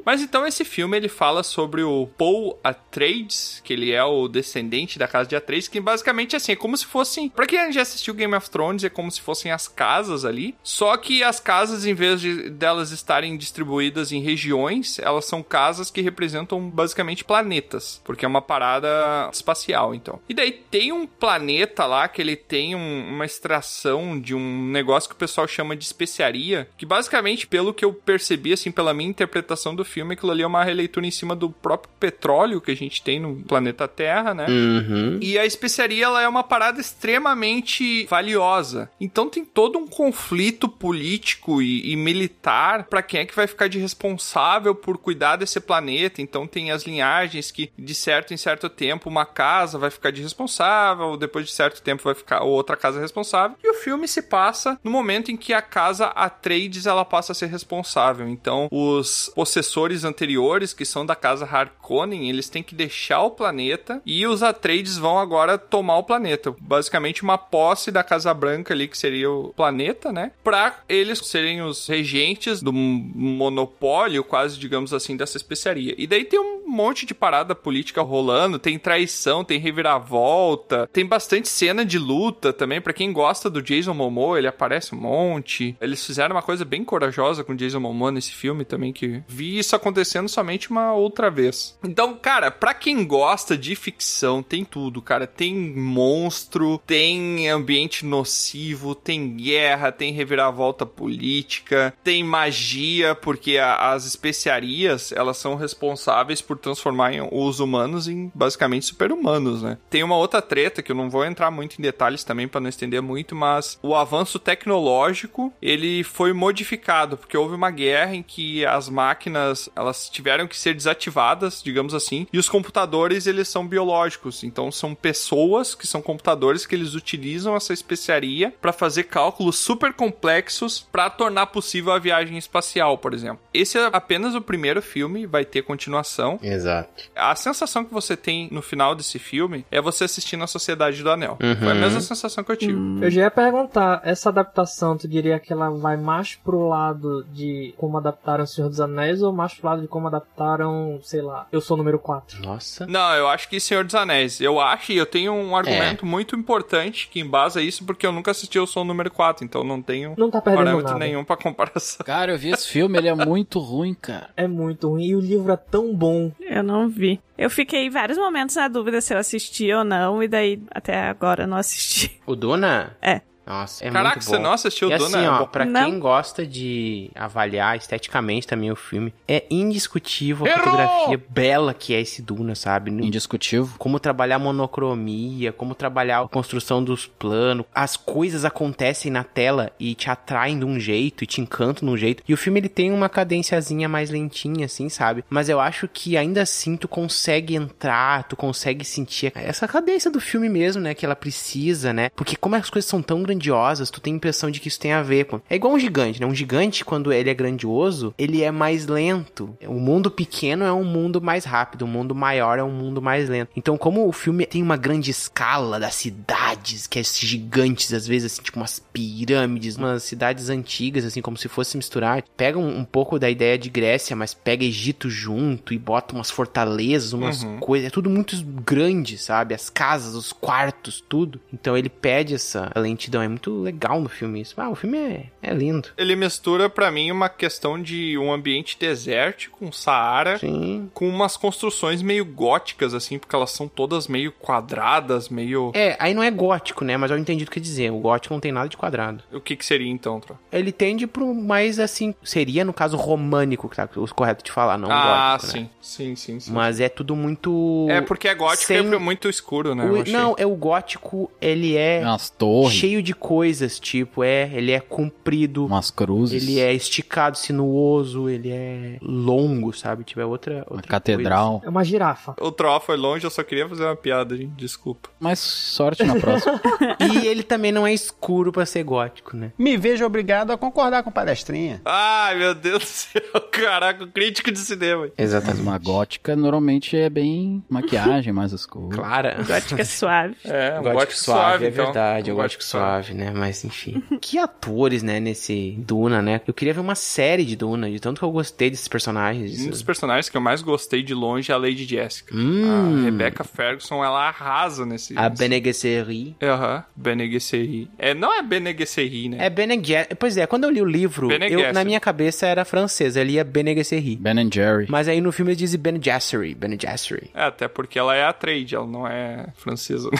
Mas então esse filme ele fala sobre o Paul Atreides, que ele é o descendente da casa de Atreides, que basicamente assim, é como se fossem, para quem já assistiu Game of Thrones, é como se fossem as casas ali, só que as casas em vez de delas estarem distribuídas em regiões, elas são casas que representam basicamente planetas, porque é uma parada espacial, então. E daí tem um planeta lá que ele tem um- uma extração de um negócio que o pessoal chama de especiaria, que basicamente, pelo que eu percebi, assim, pela minha interpretação do filme, aquilo ali é uma releitura em cima do próprio petróleo que a gente tem no planeta Terra, né?
Uhum.
E a especiaria ela é uma parada extremamente valiosa. Então tem todo um conflito político e, e militar para quem é que vai ficar de responsável por cuidar desse planeta. Então tem as linhagens que de certo em certo tempo uma casa vai ficar de responsável, depois de certo tempo vai ficar outra casa é responsável. E o filme se passa no momento em que a casa Atreides ela passa a ser responsável. Então os possessores anteriores que são da casa Harkonnen, eles têm que deixar o planeta e os Atreides vão agora tomar o planeta. Basicamente uma posse da Casa Branca ali que seria o planeta, né? Para eles serem os regentes do m- monopólio, quase digamos assim, dessa especiaria. E daí tem um monte de parada política rolando, tem traição, tem reviravolta, tem bastante cena de luta também para quem gosta do Jason Momoa, ele aparece um monte. Eles fizeram uma coisa bem corajosa com o Jason Momoa nesse filme também que vi isso acontecendo somente uma outra vez. Então, cara, pra quem gosta de ficção, tem tudo, cara. Tem monstro, tem ambiente nocivo, tem guerra, tem reviravolta política, tem magia, porque a- as especiarias, elas são responsáveis por transformar em- os humanos em basicamente super-humanos, né? Tem uma outra treta que eu não vou entrar muito em detalhes também pra não estender muito, mas o avanço tecnológico, ele foi modificado, porque houve uma guerra em que as máquinas, elas tiveram que ser desativadas, digamos assim, e os computadores, eles são biológicos, então são pessoas que são computadores que eles utilizam essa especiaria para fazer cálculos super complexos para tornar possível a viagem espacial, por exemplo. Esse é apenas o primeiro filme, vai ter continuação.
Exato.
A sensação que você tem no final desse filme é você assistindo a Sociedade do Anel.
Uhum.
Foi a mesma sensação que eu tive.
Eu já ia perguntar, essa adaptação, tu diria que ela vai mais pro lado de como adaptaram O Senhor dos Anéis ou mais pro lado de como adaptaram, sei lá, Eu Sou o Número 4?
Nossa.
Não, eu acho que Senhor dos Anéis. Eu acho e eu tenho um
É.
argumento muito importante que embasa isso, porque eu nunca assisti o som número 4, então não tenho
Não tá perdendo
parâmetro
nada.
nenhum pra comparação.
Cara, eu vi esse filme, ele é muito ruim, cara.
É muito ruim e o livro é tão bom.
Eu não vi. Eu fiquei vários momentos na dúvida se eu assisti ou não, e daí até agora eu não assisti.
O Duna?
É.
Nossa, é
Caraca,
muito bom.
você não assistiu o
e
Duna?
assim,
É
ó,
bom.
pra
Não.
quem gosta de avaliar esteticamente também o filme, é indiscutível a fotografia bela que é esse Duna, sabe?
Indiscutível.
Como trabalhar a monocromia, como trabalhar a construção dos planos, as coisas acontecem na tela e te atraem de um jeito e te encantam de um jeito. E o filme ele tem uma cadenciazinha mais lentinha, assim, sabe? Mas eu acho que ainda assim tu consegue entrar, tu consegue sentir essa cadência do filme mesmo, né? Que ela precisa, né? Porque como as coisas são tão grandiosas, tu tem a impressão de que isso tem a ver com. É igual um gigante, né? Um gigante, quando ele é grandioso, ele é mais lento. O mundo pequeno é um mundo mais rápido, o mundo maior é um mundo mais lento. Então, como o filme tem uma grande escala das cidades, que é esses gigantes, às vezes, assim, tipo umas pirâmides, umas cidades antigas, assim, como se fosse misturar, pega um, um pouco da ideia de Grécia, mas pega Egito junto e bota umas fortalezas, umas
Uhum.
coisas. É tudo muito grande, sabe? As casas, os quartos, tudo. Então ele pede essa lentidão. É muito legal no filme isso. Ah, o filme é, é lindo.
Ele mistura pra mim uma questão de um ambiente desértico, um Saara,
Sim.
com umas construções meio góticas, assim, porque elas são todas meio quadradas, meio.
É, aí não é gótico, né? Mas eu entendi o que quer dizer. O gótico não tem nada de quadrado.
O que que seria então, Tro?
Ele tende pro mais assim. Seria, no caso, românico, que tá o correto de falar, não
ah,
gótico.
sim.
Né?
sim. Sim, sim,
Mas é tudo muito.
É porque é gótico
sem-
e é muito escuro, né?
O-
eu achei.
não, é o gótico, ele é
Umas torres.
cheio de coisas, tipo, é, ele é comprido,
Umas cruzes.
ele é esticado, sinuoso, ele é longo, sabe? Tipo, é outra, outra Uma
catedral.
É uma girafa.
O Tro foi longe, eu só queria fazer uma piada, gente. Desculpa.
Mas sorte na próxima.
e ele também não é escuro pra ser gótico, né?
Me vejo obrigado a concordar com palestrinha.
Ai, meu Deus do céu. Caraca, o crítico de cinema.
Exatamente. Mas uma gótica normalmente é bem maquiagem, mais as coisas.
Clara.
Gótica suave.
É,
um
então.
então.
Um
Gótico suave, é verdade, é gótico suave. suave, né? Mas enfim. que atores, né, nesse Duna, né? Eu queria ver uma série de Duna, de tanto que eu gostei desses personagens.
Um dos personagens que eu mais gostei de longe é a Lady Jessica.
Hum.
A Ah, Rebecca Ferguson, ela arrasa nesse.
A
nesse-
Bene Gesserit.
Aham, Bene Gesserit. É, não é Bene Gesserit, né?
É Bene Gesserit. Pois é, quando eu li o livro,
Bene
eu- na
Gesserit.
minha cabeça era francesa, eu lia Bene Gesserit.
Ben Jerry.
Mas aí no filme eles dizem Bene Gesserit, Bene Gesserit.
É, até porque ela é a trade, ela não é francesa.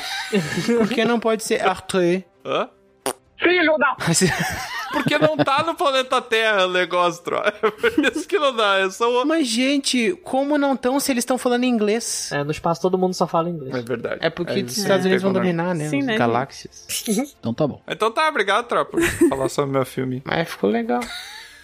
Porque não pode ser Arthur.
Hã?
Filho da...
Porque não tá no planeta Terra o negócio, tro. É por isso que não dá. É só...
Mas, gente, como não estão se eles estão falando inglês?
É, no espaço todo mundo só fala inglês.
É verdade.
É porque
É,
os
sim,
Estados Unidos vão
pegou na-
dominar, né?
Sim,
Os
né, gente?
galáxias.
Então tá bom.
Então tá, obrigado, tropa, por falar sobre meu filme.
Mas ficou legal.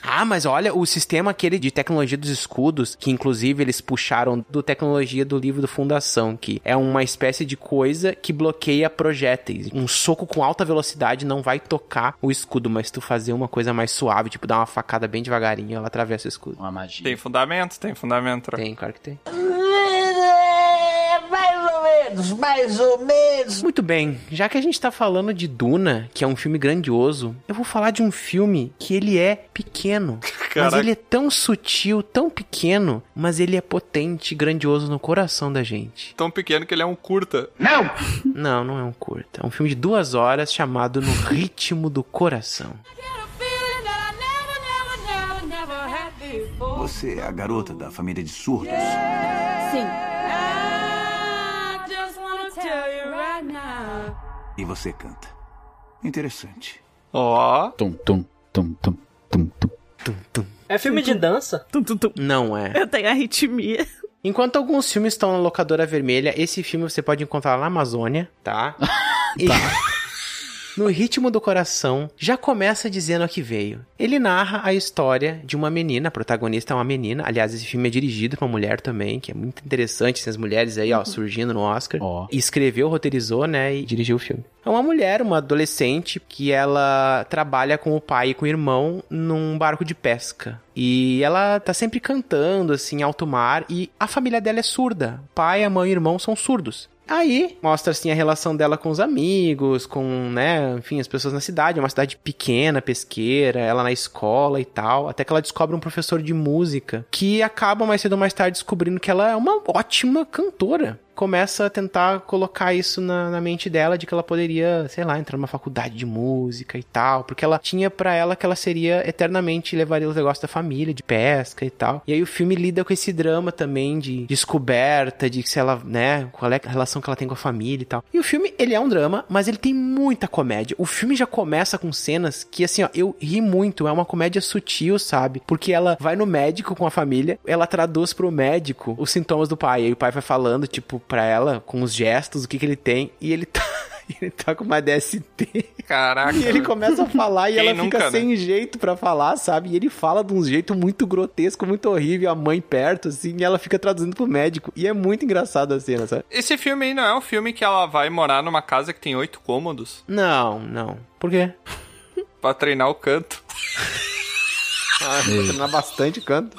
Ah, mas olha, o sistema aquele de tecnologia dos escudos, que inclusive eles puxaram do tecnologia do livro do Fundação, que é uma espécie de coisa que bloqueia projéteis. Um soco com alta velocidade não vai tocar o escudo, mas tu fazer uma coisa mais suave, tipo dar uma facada bem devagarinho, ela atravessa o escudo.
Uma magia.
Tem fundamento, tem fundamento, tropa.
Tem, claro que tem.
É, mais ou menos, mais ou menos.
Muito bem, já que a gente tá falando de Duna, que é um filme grandioso, eu vou falar de um filme que ele é pequeno. Mas
Caraca.
ele é tão sutil, tão pequeno, mas ele é potente e grandioso no coração da gente.
Tão pequeno que ele é um curta.
Não! Não, não é um curta. É um filme de duas horas chamado No Ritmo do Coração.
Você é a garota da família de surdos?
Sim.
E você canta. Interessante.
Ó.
Tum, tum, tum, tum.
É filme de dança?
Não é.
Eu tenho arritmia.
Enquanto alguns filmes estão na locadora vermelha, esse filme você pode encontrar lá na Amazônia, tá? E- No ritmo do coração, já começa dizendo a que veio. Ele narra a história de uma menina, a protagonista é uma menina. Aliás, esse filme é dirigido pra uma mulher também, que é muito interessante, essas mulheres aí, ó, surgindo no Oscar. E Escreveu, roteirizou, né, e dirigiu o filme. É uma mulher, uma adolescente, que ela trabalha com o pai e com o irmão num barco de pesca. E ela tá sempre cantando, assim, em alto mar, e a família dela é surda. O pai, a mãe e o irmão são surdos. Aí mostra assim a relação dela com os amigos, com, né, enfim, as pessoas na cidade, é uma cidade pequena, pesqueira, ela na escola e tal, até que ela descobre um professor de música que acaba mais cedo ou mais tarde descobrindo que ela é uma ótima cantora. Começa a tentar colocar isso na, na mente dela de que ela poderia, sei lá, entrar numa faculdade de música e tal, porque ela tinha pra ela que ela seria eternamente levaria os negócios da família, de pesca e tal. E aí o filme lida com esse drama também de descoberta, de se ela, né, qual é a relação que ela tem com a família e tal. E o filme, ele é um drama, mas ele tem muita comédia. O filme já começa com cenas que, assim, ó, eu ri muito. É uma comédia sutil, sabe? Porque ela vai no médico com a família, ela traduz pro médico os sintomas do pai. Aí o pai vai falando, tipo, pra ela, com os gestos, o que que ele tem. E ele tá, ele tá com uma DST.
Caraca.
E ele começa a falar e
Quem
ela
nunca,
fica
né?
sem jeito pra falar, sabe? E ele fala de um jeito muito grotesco, muito horrível, a mãe perto, assim, e ela fica traduzindo pro médico. E é muito engraçado a cena, sabe?
Esse filme aí não é um filme que ela vai morar numa casa que tem oito cômodos
Não, não. Por quê?
pra treinar o canto.
Ah,
Meu.
treinar bastante canto.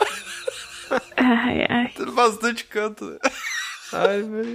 Ai, ai.
Tendo bastante canto.
Ai, meu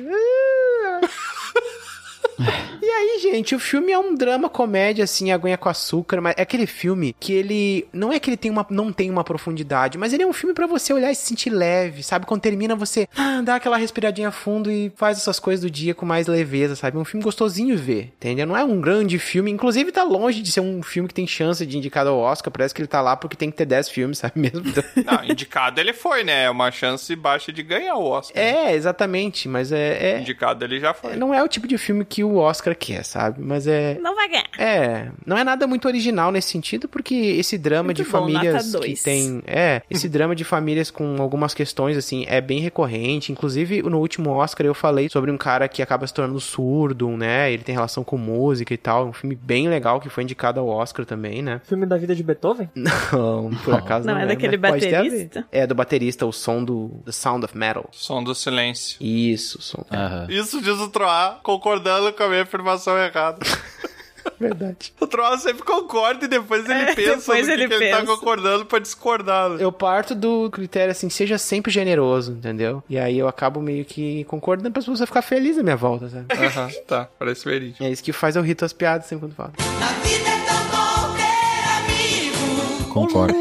E aí, gente, o filme é um drama comédia, assim, aguinha com açúcar, mas é aquele filme que ele. Não é que ele tem uma, não tem uma profundidade, mas ele é um filme pra você olhar e se sentir leve, sabe? Quando termina, você ah, dá aquela respiradinha fundo e faz essas coisas do dia com mais leveza, sabe? É Um filme gostosinho de ver, entendeu? Não é um grande filme, inclusive tá longe de ser um filme que tem chance de indicar ao Oscar, parece que ele tá lá porque tem que ter 10 filmes, sabe mesmo? Então-
Não, indicado ele foi, né? É uma chance baixa de ganhar o Oscar.
É, exatamente, mas é- é,
Indicado ele já foi.
não é o tipo de filme que o Oscar quer, sabe? Mas é.
Não vai ganhar.
É, não é nada muito original nesse sentido, porque esse drama
Muito
de
bom,
famílias
nota
que
dois.
tem, é, esse drama de famílias com algumas questões assim é bem recorrente, inclusive no último Oscar eu falei sobre um cara que acaba se tornando surdo, né? Ele tem relação com música e tal, um filme bem legal que foi indicado ao Oscar também, né?
Filme da vida de Beethoven?
Não, por acaso
Não
não,
é daquele
mas pode ter a ver.
baterista?
É do baterista, o som do The Sound of Metal.
Som do silêncio.
Isso, som.
Isso diz o Troá concordando com a minha afirmação errada.
É Verdade.
O troço sempre concorda e depois ele
É,
pensa
depois
no que
ele
que ele tá
pensa.
concordando pra discordar. né?
Eu parto do critério assim, seja sempre generoso, entendeu? E aí eu acabo meio que concordando pra pessoa ficar feliz na minha volta, sabe?
Aham, tá, parece verídico.
É isso que faz eu rito as piadas sempre quando falo.
Concordo.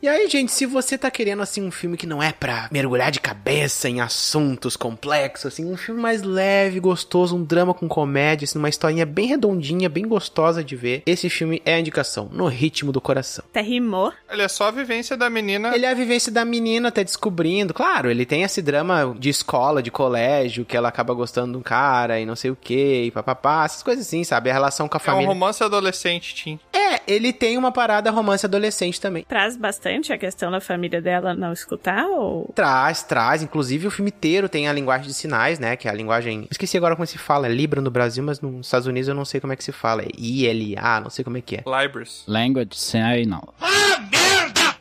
E aí, gente, se você tá querendo, assim, um filme que não é pra mergulhar de cabeça em assuntos complexos, assim, um filme mais leve, gostoso, um drama com comédia, assim, uma historinha bem redondinha, bem gostosa de ver, esse filme é a indicação, No Ritmo do Coração.
Até rimou.
Ele é só a vivência da menina.
Ele é a vivência da menina até descobrindo. Claro, ele tem esse drama de escola, de colégio, que ela acaba gostando de um cara e não sei o que, e papapá, essas coisas assim, sabe? A relação com a
É um
família.
romance adolescente, Tim.
É, ele tem uma parada romance adolescente também.
Traz bastante a questão da família dela não escutar ou.
Traz, traz. Inclusive, o filme inteiro tem a linguagem de sinais, né? Que é a linguagem. Esqueci agora como se fala. É Libra no Brasil, mas nos Estados Unidos eu não sei como é que se fala. É ILA, não sei como é que é.
Libras.
Language Signal.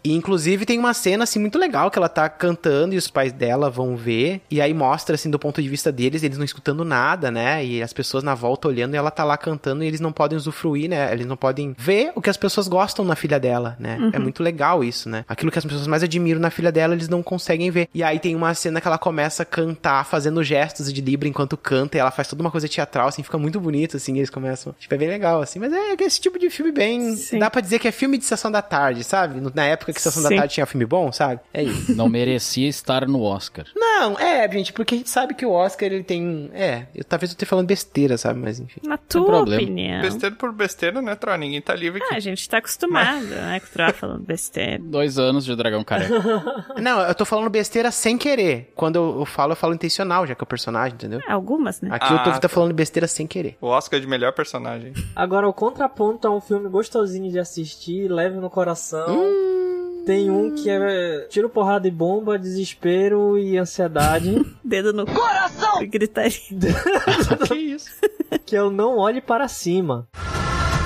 E inclusive tem uma cena assim muito legal que ela tá cantando e os pais dela vão ver. E aí mostra assim do ponto de vista deles, eles não escutando nada, né? E as pessoas na volta olhando e ela tá lá cantando e eles não podem usufruir, né? Eles não podem ver o que as pessoas gostam na filha dela, né?
Uhum.
É muito legal isso, né? Aquilo que as pessoas mais admiram na filha dela, eles não conseguem ver. E aí tem uma cena que ela começa a cantar fazendo gestos de Libra enquanto canta e ela faz toda uma coisa teatral, assim, fica muito bonito, assim, e eles começam. Tipo, é bem legal, assim. Mas é esse tipo de filme bem. Dá pra dizer que é filme de sessão da tarde, sabe? Na época que sessão da
Sim.
tarde tinha filme bom, sabe? É isso.
Não merecia estar no Oscar.
Não, é, gente, porque a gente sabe que o Oscar ele tem. É, eu, talvez eu esteja falando besteira, sabe? Mas enfim.
Na
Não tem
tua
problema.
opinião.
Besteira por besteira, né, Tro? Ninguém tá livre aqui.
É. Ah, a gente tá acostumado, né? Com o Troá falando besteira.
Dois anos de Dragão Careca.
Não, eu tô falando besteira sem querer. Quando eu, eu falo, eu falo intencional, já que é o personagem, entendeu?
Algumas, né?
Aqui eu tô
Ah,
tá falando besteira sem querer.
O Oscar de melhor personagem.
Agora, o contraponto é um filme gostosinho de assistir, leve no coração. Tem um que é tiro, porrada e bomba, desespero e ansiedade.
Dedo no coração! Gritaria.
que
isso?
Que eu não olhe para cima.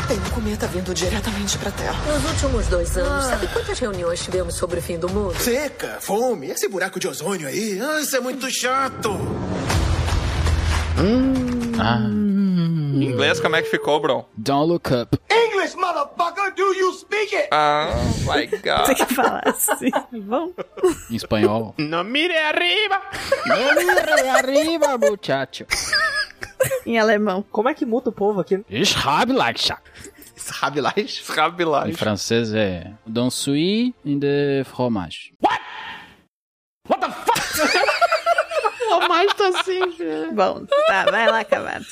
Tem um cometa vindo diretamente pra Terra. Nos últimos dois anos, sabe quantas reuniões tivemos sobre o fim do mundo?
Seca, fome, esse buraco de ozônio aí, ah, isso é muito chato.
Em inglês, como é que ficou, Bron?
Don't look up.
English, motherfucker, do you speak it?
Ah, my God.
Tem que falar assim. Bom.
Em espanhol.
Não mire arriba!
arriba, muchacho.
em alemão.
Como é que muda o povo aqui?
Ich habe Leicha.
Rabilage.
Em
Rabilage.
francês é. Don't suis in the fromage.
O mais tá assim, velho.
Bom, tá, vai lá, cavado.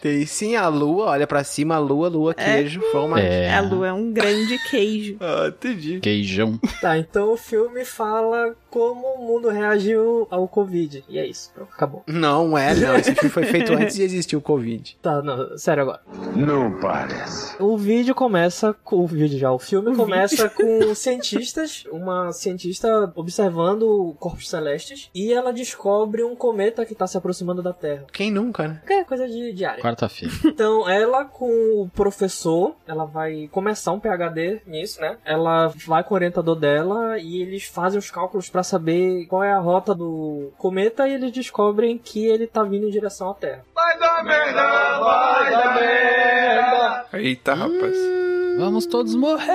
Tem sim a lua, olha pra cima, lua, lua, queijo, forma.
A lua é um grande queijo.
Ah, entendi.
Queijão.
Tá, então o filme fala como o mundo reagiu ao Covid. E é isso, pronto, acabou.
Não é, não. Esse filme foi feito antes de existir o Covid.
Tá, não, sério agora.
Não parece.
O vídeo começa com o vídeo já, o filme começa com cientistas, uma cientista observando corpos celestes e ela descobre um cometa que tá se aproximando da Terra.
Quem nunca, né?
Que é coisa de diária.
Quarta-feira.
Então, ela com o professor, ela vai começar um PhD nisso, né? Ela vai com o orientador dela e eles fazem os cálculos pra saber qual é a rota do cometa e eles descobrem que ele tá vindo em direção à Terra.
Vai dar merda, vai dar merda.
Eita, rapaz.
Vamos todos morrer!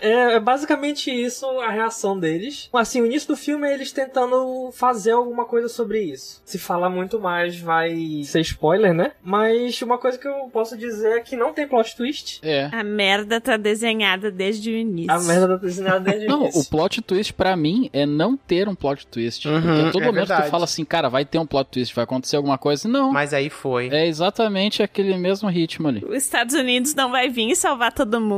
É, é basicamente isso a reação deles. Assim, o início do filme é eles tentando fazer alguma coisa sobre isso. Se falar muito mais vai ser spoiler, né? Mas uma coisa que eu posso dizer é que não tem plot twist.
É.
A merda tá desenhada desde o início.
A merda da é piscina desde o
Não,
início.
o plot twist pra mim é não ter um plot twist. porque a todo
é
momento
verdade.
tu fala assim, cara, vai ter um plot twist, vai acontecer alguma coisa. Não.
Mas aí foi.
É exatamente aquele mesmo ritmo ali.
Os Estados Unidos não vai vir salvar todo mundo?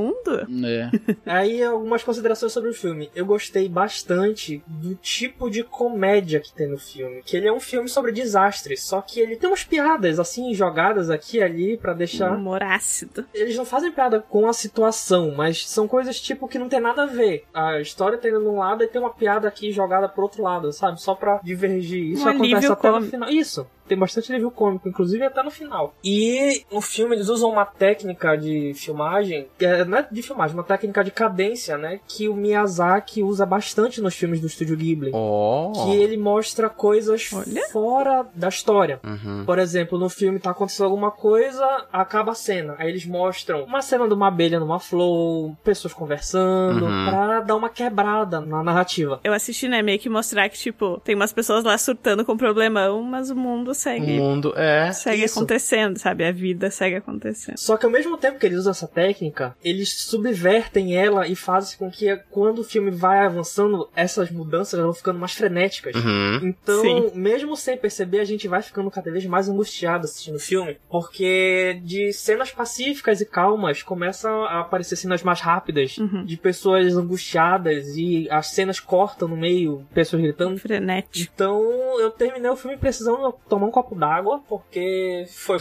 É.
Aí, algumas considerações sobre o filme. Eu gostei bastante do tipo de comédia que tem no filme. Que ele é um filme sobre desastres, só que ele tem umas piadas, assim, jogadas aqui e ali pra deixar...
Humor ácido.
Eles não fazem piada com a situação, mas são coisas, tipo, que não tem nada a ver. A história tá indo num lado e tem uma piada aqui jogada pro outro lado, sabe? Só pra divergir. Isso
Um
acontece
alívio
até no
cômico.
final. Isso. Tem bastante alívio cômico, inclusive até no final. E no filme eles usam uma técnica de filmagem, é, não é de filmagem, uma técnica de cadência, né? Que o Miyazaki usa bastante nos filmes do Estúdio Ghibli.
Oh.
Que ele mostra coisas fora da história.
Uhum.
Por exemplo, no filme tá acontecendo alguma coisa, acaba a cena. Aí eles mostram uma cena de uma abelha numa flor, pessoas conversando,
Uhum.
pra dar uma quebrada na narrativa.
Eu assisti, né, meio que mostrar que, tipo, tem umas pessoas lá surtando com problemão, mas o mundo segue.
O mundo é.
Segue
Hum, Isso.
acontecendo, sabe? A vida segue acontecendo.
Só que ao mesmo tempo que eles usam essa técnica, eles subvertem ela e fazem com que quando o filme vai avançando, essas mudanças vão ficando mais frenéticas.
Uhum.
Então,
Sim.
mesmo sem perceber, a gente vai ficando cada vez mais angustiado assistindo o filme, porque de cenas pacíficas e calmas começam a aparecer cenas mais rápidas
Uhum.
de pessoas angustiadas e as cenas cortam no meio, pessoas gritando.
É Frenético.
Então, eu terminei o filme precisando tomar um copo d'água, porque foi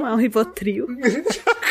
Não, Rivotril.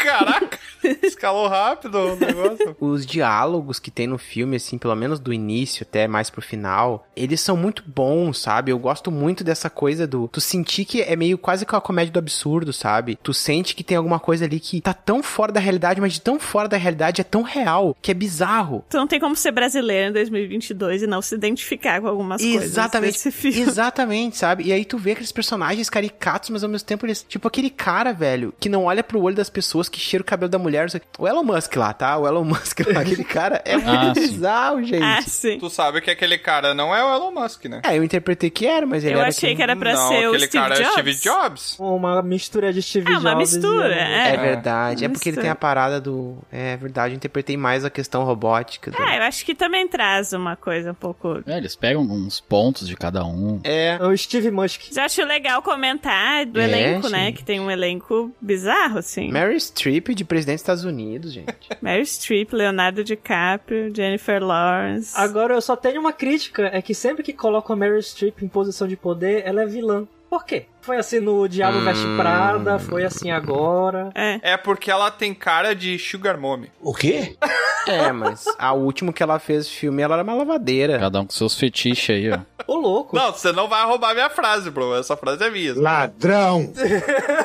Caraca, escalou rápido o negócio.
Os diálogos que tem no filme, assim, pelo menos do início até mais pro final, eles são muito bons, sabe? Eu gosto muito dessa coisa do. Tu sentir que é meio quase que uma comédia do absurdo, sabe? Tu sente que tem alguma coisa ali que tá tão fora da realidade, mas de tão fora da realidade é tão real que é bizarro.
Tu Então não tem como ser brasileiro em 2022 e não se identificar com algumas
exatamente,
coisas. desse filme.
Exatamente, sabe? E aí tu vê aqueles personagens caricatos, mas ao mesmo tempo eles. Tipo aquele cara, velho, que não olha pro olho das pessoas, que cheira o cabelo da mulher. não sei- O Elon Musk lá, tá? O Elon Musk lá, aquele cara é muito
Ah, sim.
bizarro, gente.
Ah,
Tu sabe que aquele cara não é o Elon Musk, né?
É, eu interpretei que era, mas ele era.
não, aquele cara é Steve Jobs.
Uma mistura de Steve
Ah, uma
Jobs. e-
mistura, é.
É verdade. É
Não
porque ele
sei.
tem a parada do. É verdade, eu interpretei mais a questão robótica.
Ah, eu acho que também traz uma coisa um pouco.
É, eles pegam uns pontos de cada um.
É.
O Steve Musk.
Mas eu acho legal comentar do
É,
elenco, né?
gente.
Que tem um elenco bizarro, assim.
Mary Streep de presidente dos Estados Unidos, gente.
Mary Streep, Leonardo DiCaprio, Jennifer Lawrence.
Agora, eu só tenho uma crítica, é que sempre que colocam a Meryl Streep em posição de poder, ela é vilã. Por quê? Foi assim no Diabo Veste Prada, foi assim agora.
É porque ela tem cara de Sugar Mommy.
O quê? É, mas a último que ela fez filme, ela era uma lavadeira.
Cada um com seus fetiches aí, ó.
Ô, louco.
Não, você não vai roubar minha frase, bro. Essa frase é minha.
Ladrão!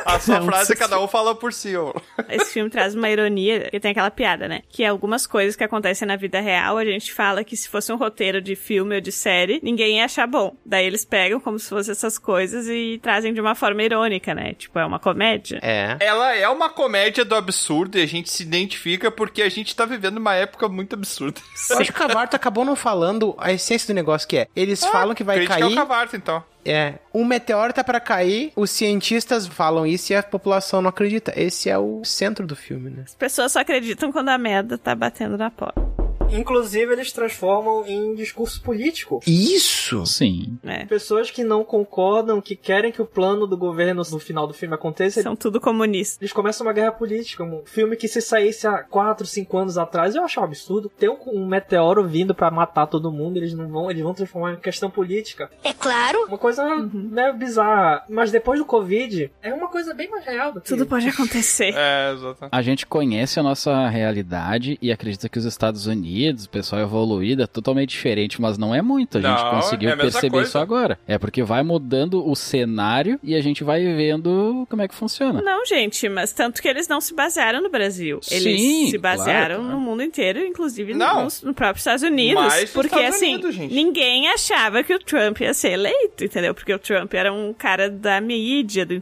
A sua
Não,
frase
você-
cada um fala por si, ó.
Esse filme traz uma ironia, porque tem aquela piada, né? Que algumas coisas que acontecem na vida real, a gente fala que se fosse um roteiro de filme ou de série, ninguém ia achar bom. Daí eles pegam como se fossem essas coisas e trazem de uma forma irônica, né? Tipo, é uma comédia.
É.
Ela é uma comédia do absurdo e a gente se identifica porque a gente tá vivendo uma época muito absurda.
Eu acho que o Cavarto acabou não falando a essência do negócio que é. Eles falam que vai
Crítica ao
cair.
Cavarto, então.
É, um meteoro tá pra cair, os cientistas falam isso e a população não acredita. Esse é o centro do filme, né?
As pessoas só acreditam quando a merda tá batendo na porta.
Inclusive, eles transformam em discurso político.
Isso!
Sim.
né.
Pessoas que não concordam, que querem que o plano do governo no final do filme aconteça.
São tudo comunistas.
Eles começam uma guerra política. Um filme que se saísse há 4, 5 anos atrás, eu achava um absurdo. Tem um, um meteoro vindo pra matar todo mundo, eles não vão, eles vão transformar em questão política. É claro! Uma coisa
Uhum.
né, bizarra. Mas depois do Covid, é uma coisa bem mais real do que
Tudo pode acontecer.
É, exatamente.
A gente conhece a nossa realidade e acredita que os Estados Unidos, o pessoal evoluído, é totalmente diferente, mas não é muito. A gente
Não,
conseguiu
é a mesma
perceber
coisa.
isso agora. É porque vai mudando o cenário e a gente vai vendo como é que funciona.
Não, gente, mas tanto que eles não se basearam no Brasil. Eles
Sim,
se basearam
claro, claro.
no mundo inteiro, inclusive
Não.
nos- no, próprio Estados Unidos.
Mais nos
porque
Estados
assim,
Unidos, gente.
ninguém achava que o Trump ia ser eleito, entendeu? Porque o Trump era um cara da mídia, do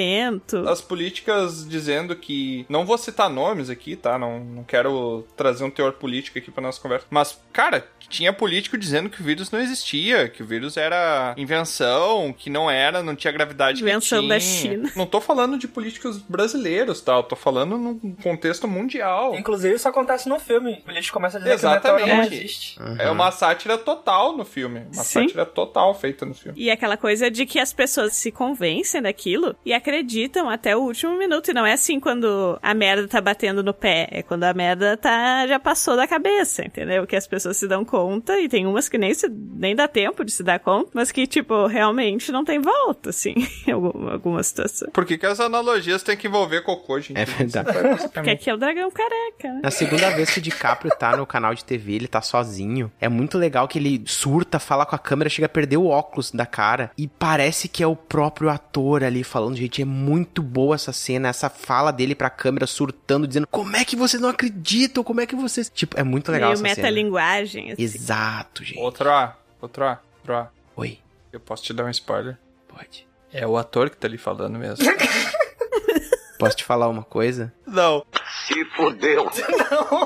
entretenimento.
As políticas dizendo que. Não vou citar nomes aqui, tá? Não, não quero trazer um teor político aqui pra nossa conversa. Mas, cara, tinha político dizendo que o vírus não existia, que o vírus era invenção, que não era, não tinha gravidade
Invenção
que tinha.
da China.
Não tô falando de políticos brasileiros, tá? Eu tô falando num contexto mundial.
Inclusive, isso acontece no filme. O político começa a dizer que o meteoro não existe.
Exatamente.
Uhum.
É uma sátira total no filme. Uma
Sim.
sátira total feita no filme.
E é aquela coisa de que as pessoas se convencem daquilo e acreditam até o último minuto. E não é assim quando a merda tá batendo no pé, é quando a merda tá já passou da cabeça, entendeu? Que as pessoas se dão conta e tem umas que nem, se, nem dá tempo de se dar conta, mas que, tipo, realmente não tem volta, assim, em alguma, alguma situação.
Por que, que as analogias têm que envolver cocô, gente?
É verdade.
Porque aqui é o dragão careca, né?
Na segunda vez que o DiCaprio tá no canal de TV, ele tá sozinho. É muito legal que ele surta, fala com a câmera, chega a perder o óculos da cara e parece que é o próprio ator ali falando. Gente, é muito boa essa cena, essa fala dele pra câmera surtando, dizendo como é que vocês não acreditam, como é que vocês. Tipo, é muito legal
Meio
essa cena.
metalinguagem. Assim.
Exato, gente.
Outro A, outro A, outro A.
Oi.
Eu posso te dar um spoiler?
Pode.
É o ator que tá ali falando mesmo.
Posso te falar uma coisa?
não,
Se fudeu.
não.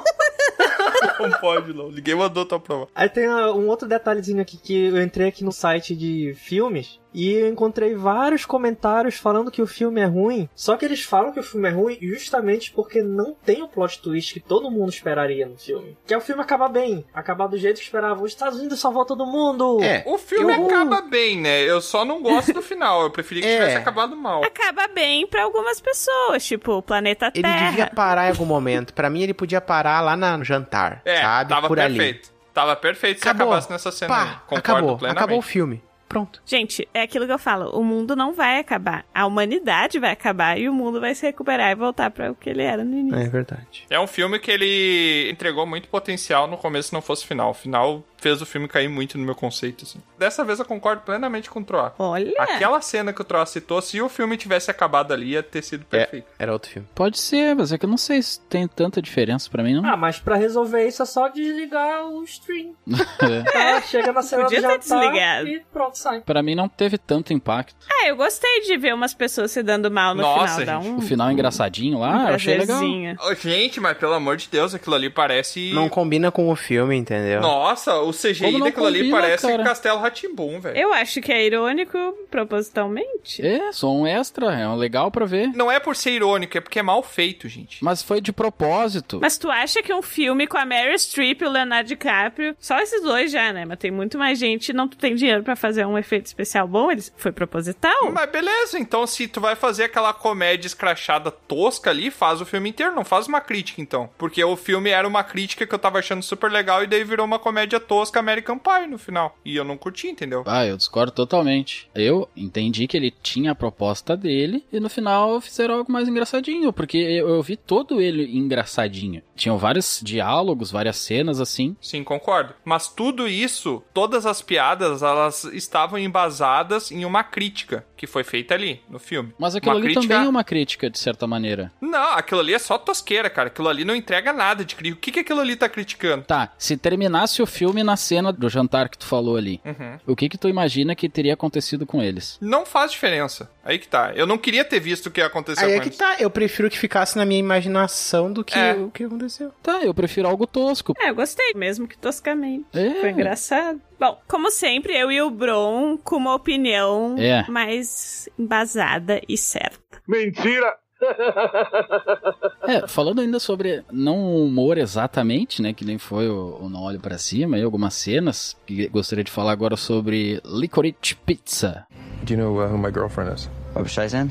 Não pode, não. Ninguém mandou tua prova.
Aí tem ah, um outro detalhezinho aqui que eu entrei aqui no site de filmes e eu encontrei vários comentários falando que o filme é ruim. Só que eles falam que o filme é ruim justamente porque não tem o plot twist que todo mundo esperaria no filme. Que é o filme acabar bem, acabar do jeito que esperava. Os Estados Unidos salvou todo mundo.
É.
O filme
Uhul.
acaba bem, né? Eu só não gosto do final. Eu preferia que
É.
tivesse acabado mal.
Acaba bem pra algumas pessoas, tipo, o planeta
Ele
Terra.
devia parar em algum momento. Pra mim, ele podia parar lá na- no jantar,
É,
sabe?
tava
Por ali.
perfeito. Tava perfeito se
Acabou.
acabasse nessa cena. aí.
Pá,
Concordo
acabou.
plenamente.
Acabou o filme. Pronto.
Gente, é aquilo que eu falo, o mundo não vai acabar. A humanidade vai acabar e o mundo vai se recuperar e voltar pra o que ele era no início.
É verdade.
É um filme que ele entregou muito potencial no começo, se não fosse o final. O final fez o filme cair muito no meu conceito, assim. Dessa vez eu concordo plenamente com o Troa.
Olha!
É.
Aquela cena que o Troa citou, se o filme tivesse acabado ali, ia ter
É.
sido perfeito.
Era outro filme.
Pode ser, mas é que eu não sei se tem tanta diferença pra mim, não.
Ah, mas pra resolver isso é só desligar o stream.
É.
Tá? Chega na cena
Podia
do
ter
jantar
desligado.
e pronto, sai.
Pra mim não teve tanto impacto.
Ah, eu gostei de ver umas pessoas se dando mal no
um- Nossa,
final.
gente.
Dá um...
O final engraçadinho lá,
um
eu achei legal.
prazerzinho.
Ô, Oh, gente, mas pelo amor de Deus, aquilo ali parece.
Não combina com o filme, entendeu?
Nossa, o CGI
Como não
daquilo ali
combina,
parece
cara?
Castelo Ratimbum, velho.
Eu acho que é irônico propositalmente.
É, só um extra, é um legal pra ver.
Não é por ser irônico, é porque é mal feito, gente.
Mas foi de propósito.
Mas tu acha que um filme com a Meryl Streep e o Leonardo DiCaprio, só esses dois já, né? Mas tem muito mais gente, não tem dinheiro pra fazer um efeito especial bom, eles foi proposital?
Mas beleza, então se tu vai fazer aquela comédia escrachada tosca ali, faz o filme inteiro, não faz uma crítica então. Porque o filme era uma crítica que eu tava achando super legal e daí virou uma comédia tosca American Pie no final. E eu não curti, entendeu?
Ah, eu discordo totalmente. Eu entendi que ele tinha a proposta dele e no final fizeram algo mais engraçadinho, porque eu, eu vi todo ele engraçadinho. Tinham vários diálogos, várias cenas assim.
Sim, concordo. Mas tudo isso, todas as piadas, elas estavam embasadas em uma crítica que foi feita ali no filme.
Mas aquilo
Uma
ali
crítica-
também é um uma crítica, de certa maneira.
Não, aquilo ali é só tosqueira, cara. Aquilo ali não entrega nada de crítica. O que, que aquilo ali tá criticando?
Tá, se terminasse o filme na cena do jantar que tu falou ali,
Uhum.
o que que tu imagina que teria acontecido com eles?
Não faz diferença. Aí que tá. Eu não queria ter visto o que aconteceu
Aí
com
é que
eles.
tá. Eu prefiro que ficasse na minha imaginação do que
É.
o que aconteceu.
Tá, eu prefiro algo tosco.
É, eu gostei, mesmo que toscamente.
É.
Foi engraçado. Bom, como sempre, eu e o Bron com uma opinião
É.
mais embasada e certa.
Mentira!
É, falando ainda sobre não o humor exatamente, né, que nem foi o, o Não Olho Pra Cima e algumas cenas, que gostaria de falar agora sobre Licorice Pizza.
Do you know uh, who my girlfriend is? Barbara Streisand?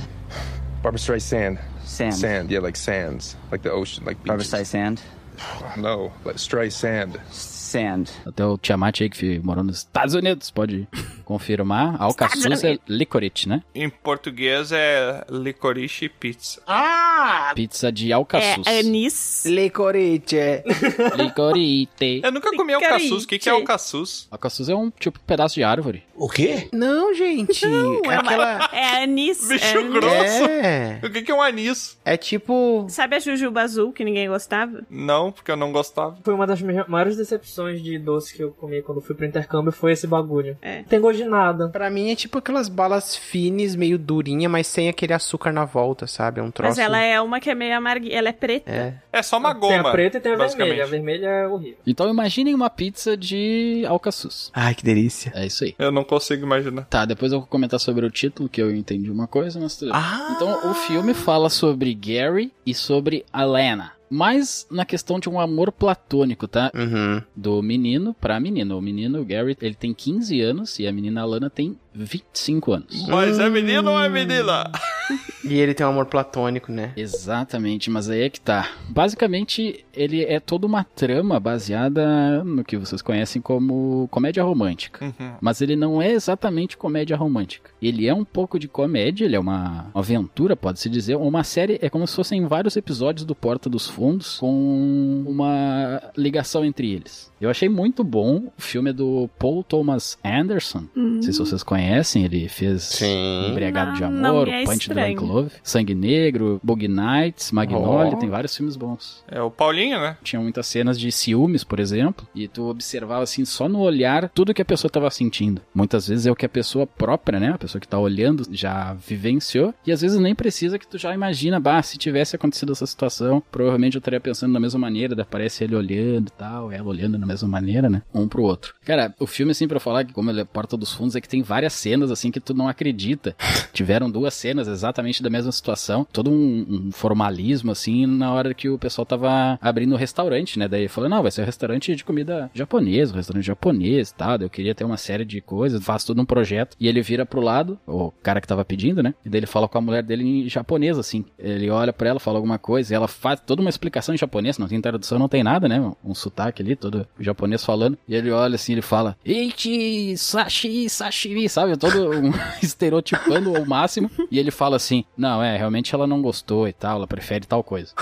Barbara Streisand.
Sand.
Sand, yeah, like sands. Like the ocean, like
Barbra
beaches. Streisand? No, like Streisand. Sand.
Até o Tiamat aí que fi- morou nos Estados Unidos, pode confirmar. Alcaçuz é
Unidos.
licorice, né?
Em português é licorice pizza.
Ah!
Pizza de alcaçuz.
É anis.
Licorice.
Licorice.
Eu nunca comi alcaçuz. O que, que é alcaçuz?
Alcaçuz é um tipo pedaço de árvore.
O quê? Não, gente.
é, uma-
aquela...
é anis.
Bicho
é anis.
grosso.
É.
O que, que é um anis?
É tipo.
Sabe a jujuba azul que ninguém gostava?
Não, porque eu não gostava.
Foi uma das minhas maiores decepções de doce que eu comi quando fui pro intercâmbio foi esse bagulho.
É.
Tem gosto de nada.
Pra mim é tipo aquelas balas fines, meio durinha, mas sem aquele açúcar na volta, sabe? É um troço.
Mas ela é uma que é meio amarguinha. Ela é preta.
É.
É só uma
Ah, Tem a
goma.
preta e tem a
basicamente.
vermelha. A vermelha é horrível.
Então imaginem uma pizza de alcaçuz.
Ai, que delícia.
É isso aí.
Eu não consigo imaginar.
Tá, depois eu vou comentar sobre o título, que eu entendi uma coisa, mas tudo bem.
Ah!
Então, o filme fala sobre Gary e sobre Alana. Mas na questão de um amor platônico, tá?
Uhum.
Do menino pra menina. O menino, o Gary, ele tem 15 anos e a menina Alana tem 25 anos.
Mas é menino ou é menina?
E ele tem um amor platônico, né?
Exatamente, mas aí é que tá. Basicamente, ele é toda uma trama baseada no que vocês conhecem como comédia romântica.
Uhum.
Mas ele não é exatamente comédia romântica. Ele é um pouco de comédia, ele é uma aventura, pode-se dizer. Uma série é como se fossem vários episódios do Porta dos Fundos com uma ligação entre eles. Eu achei muito bom o filme é do Paul Thomas Anderson.
Hum.
Não sei se vocês conhecem, ele fez
Sim.
Embriagado de
Não, não
Amor,
me é
O Punch
estranho.
Drunk Love, Sangue Negro, Boogie Nights, Magnolia,
Oh.
tem vários filmes bons.
É o Paulinho, né?
Tinha muitas cenas de ciúmes, por exemplo, e tu observava assim só no olhar tudo que a pessoa tava sentindo. Muitas vezes é o que a pessoa própria, né, a pessoa que tá olhando já vivenciou, e às vezes nem precisa que tu já imagina, bah, se tivesse acontecido essa situação, provavelmente eu estaria pensando da mesma maneira, daí aparece ele olhando e tal, ela olhando da mesma maneira, né, um pro outro. Cara, o filme assim pra falar que como ele é Porta dos Fundos é que tem várias cenas assim que tu não acredita. Tiveram duas cenas exatamente da mesma situação, todo um, um formalismo assim na hora que o pessoal tava abrindo o restaurante, né? Daí falou: "Não, vai ser um restaurante de comida japonesa, um restaurante japonês, tá? Eu queria ter uma série de coisas, faz tudo um projeto". E ele vira pro lado, o cara que tava pedindo, né? E daí ele fala com a mulher dele em japonês assim. Ele olha pra ela, fala alguma coisa, e ela faz toda uma explicação em japonês, não tem tradução, não tem nada, né? Um sotaque ali, todo japonês falando. E ele olha assim, ele fala: "Eichi, sashi, sashimi", sabe? Todo um estereotipando ao máximo. E ele fala assim: "Não, é, realmente ela não gostou e tal, ela prefere tal coisa".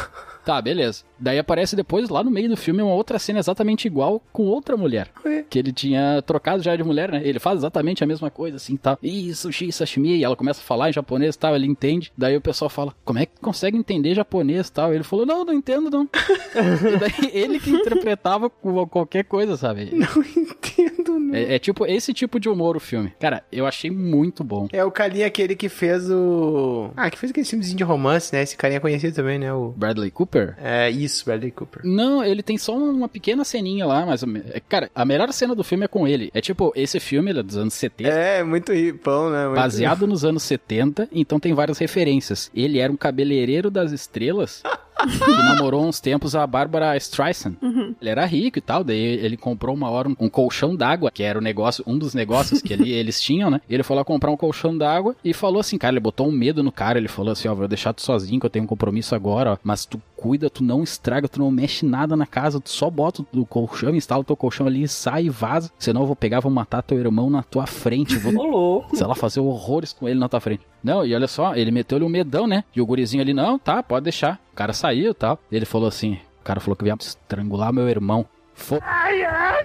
Tá, beleza. Daí aparece depois, lá no meio do filme, uma outra cena exatamente igual com outra mulher. Que ele tinha trocado já de mulher, né? Ele faz exatamente a mesma coisa, assim, tá? Ih, sushi, sashimi. E ela começa a falar em japonês e tal, ele entende. Daí o pessoal fala, como é que tu consegue entender japonês e tal? Ele falou, não, não entendo, não. e daí ele que interpretava com qualquer coisa, sabe? Não entendo, não. É, é tipo, esse tipo de humor o filme. Cara, eu achei muito bom.
É o carinha aquele que fez o. Ah, que fez aqueles filmezinho de romance, né? Esse carinha é conhecido também, né? O.
Bradley Cooper?
É, isso, Bradley Cooper.
Não, ele tem só uma pequena ceninha lá, mas. é, Cara, a melhor cena do filme é com ele. É tipo, esse filme ele é dos anos 70.
É, muito ripão, né? Muito-
Baseado nos anos 70, então tem várias referências. Ele era um cabeleireiro das estrelas que namorou uns tempos a Bárbara Streisand. Ele era rico e tal, daí ele comprou uma hora um, um colchão d'água, que era o negócio, um dos negócios que ele- eles tinham, né? Ele foi lá comprar um colchão d'água e falou assim, cara, ele botou um medo no cara, ele falou assim, ó, vou deixar tu sozinho que eu tenho um compromisso agora, ó, mas tu cuida, tu não estraga, tu não mexe nada na casa, tu só bota o colchão, instala o teu colchão ali, sai e vaza, senão eu vou pegar, vou matar teu irmão na tua frente, vou
Ô, louco.
sei lá, fazer horrores com ele na tua frente. Não, e olha só, ele meteu-lhe um medão, né? E o gurizinho ali, não, tá, pode deixar. O cara saiu e tal. Ele falou assim, o cara falou que ia estrangular meu irmão. Fo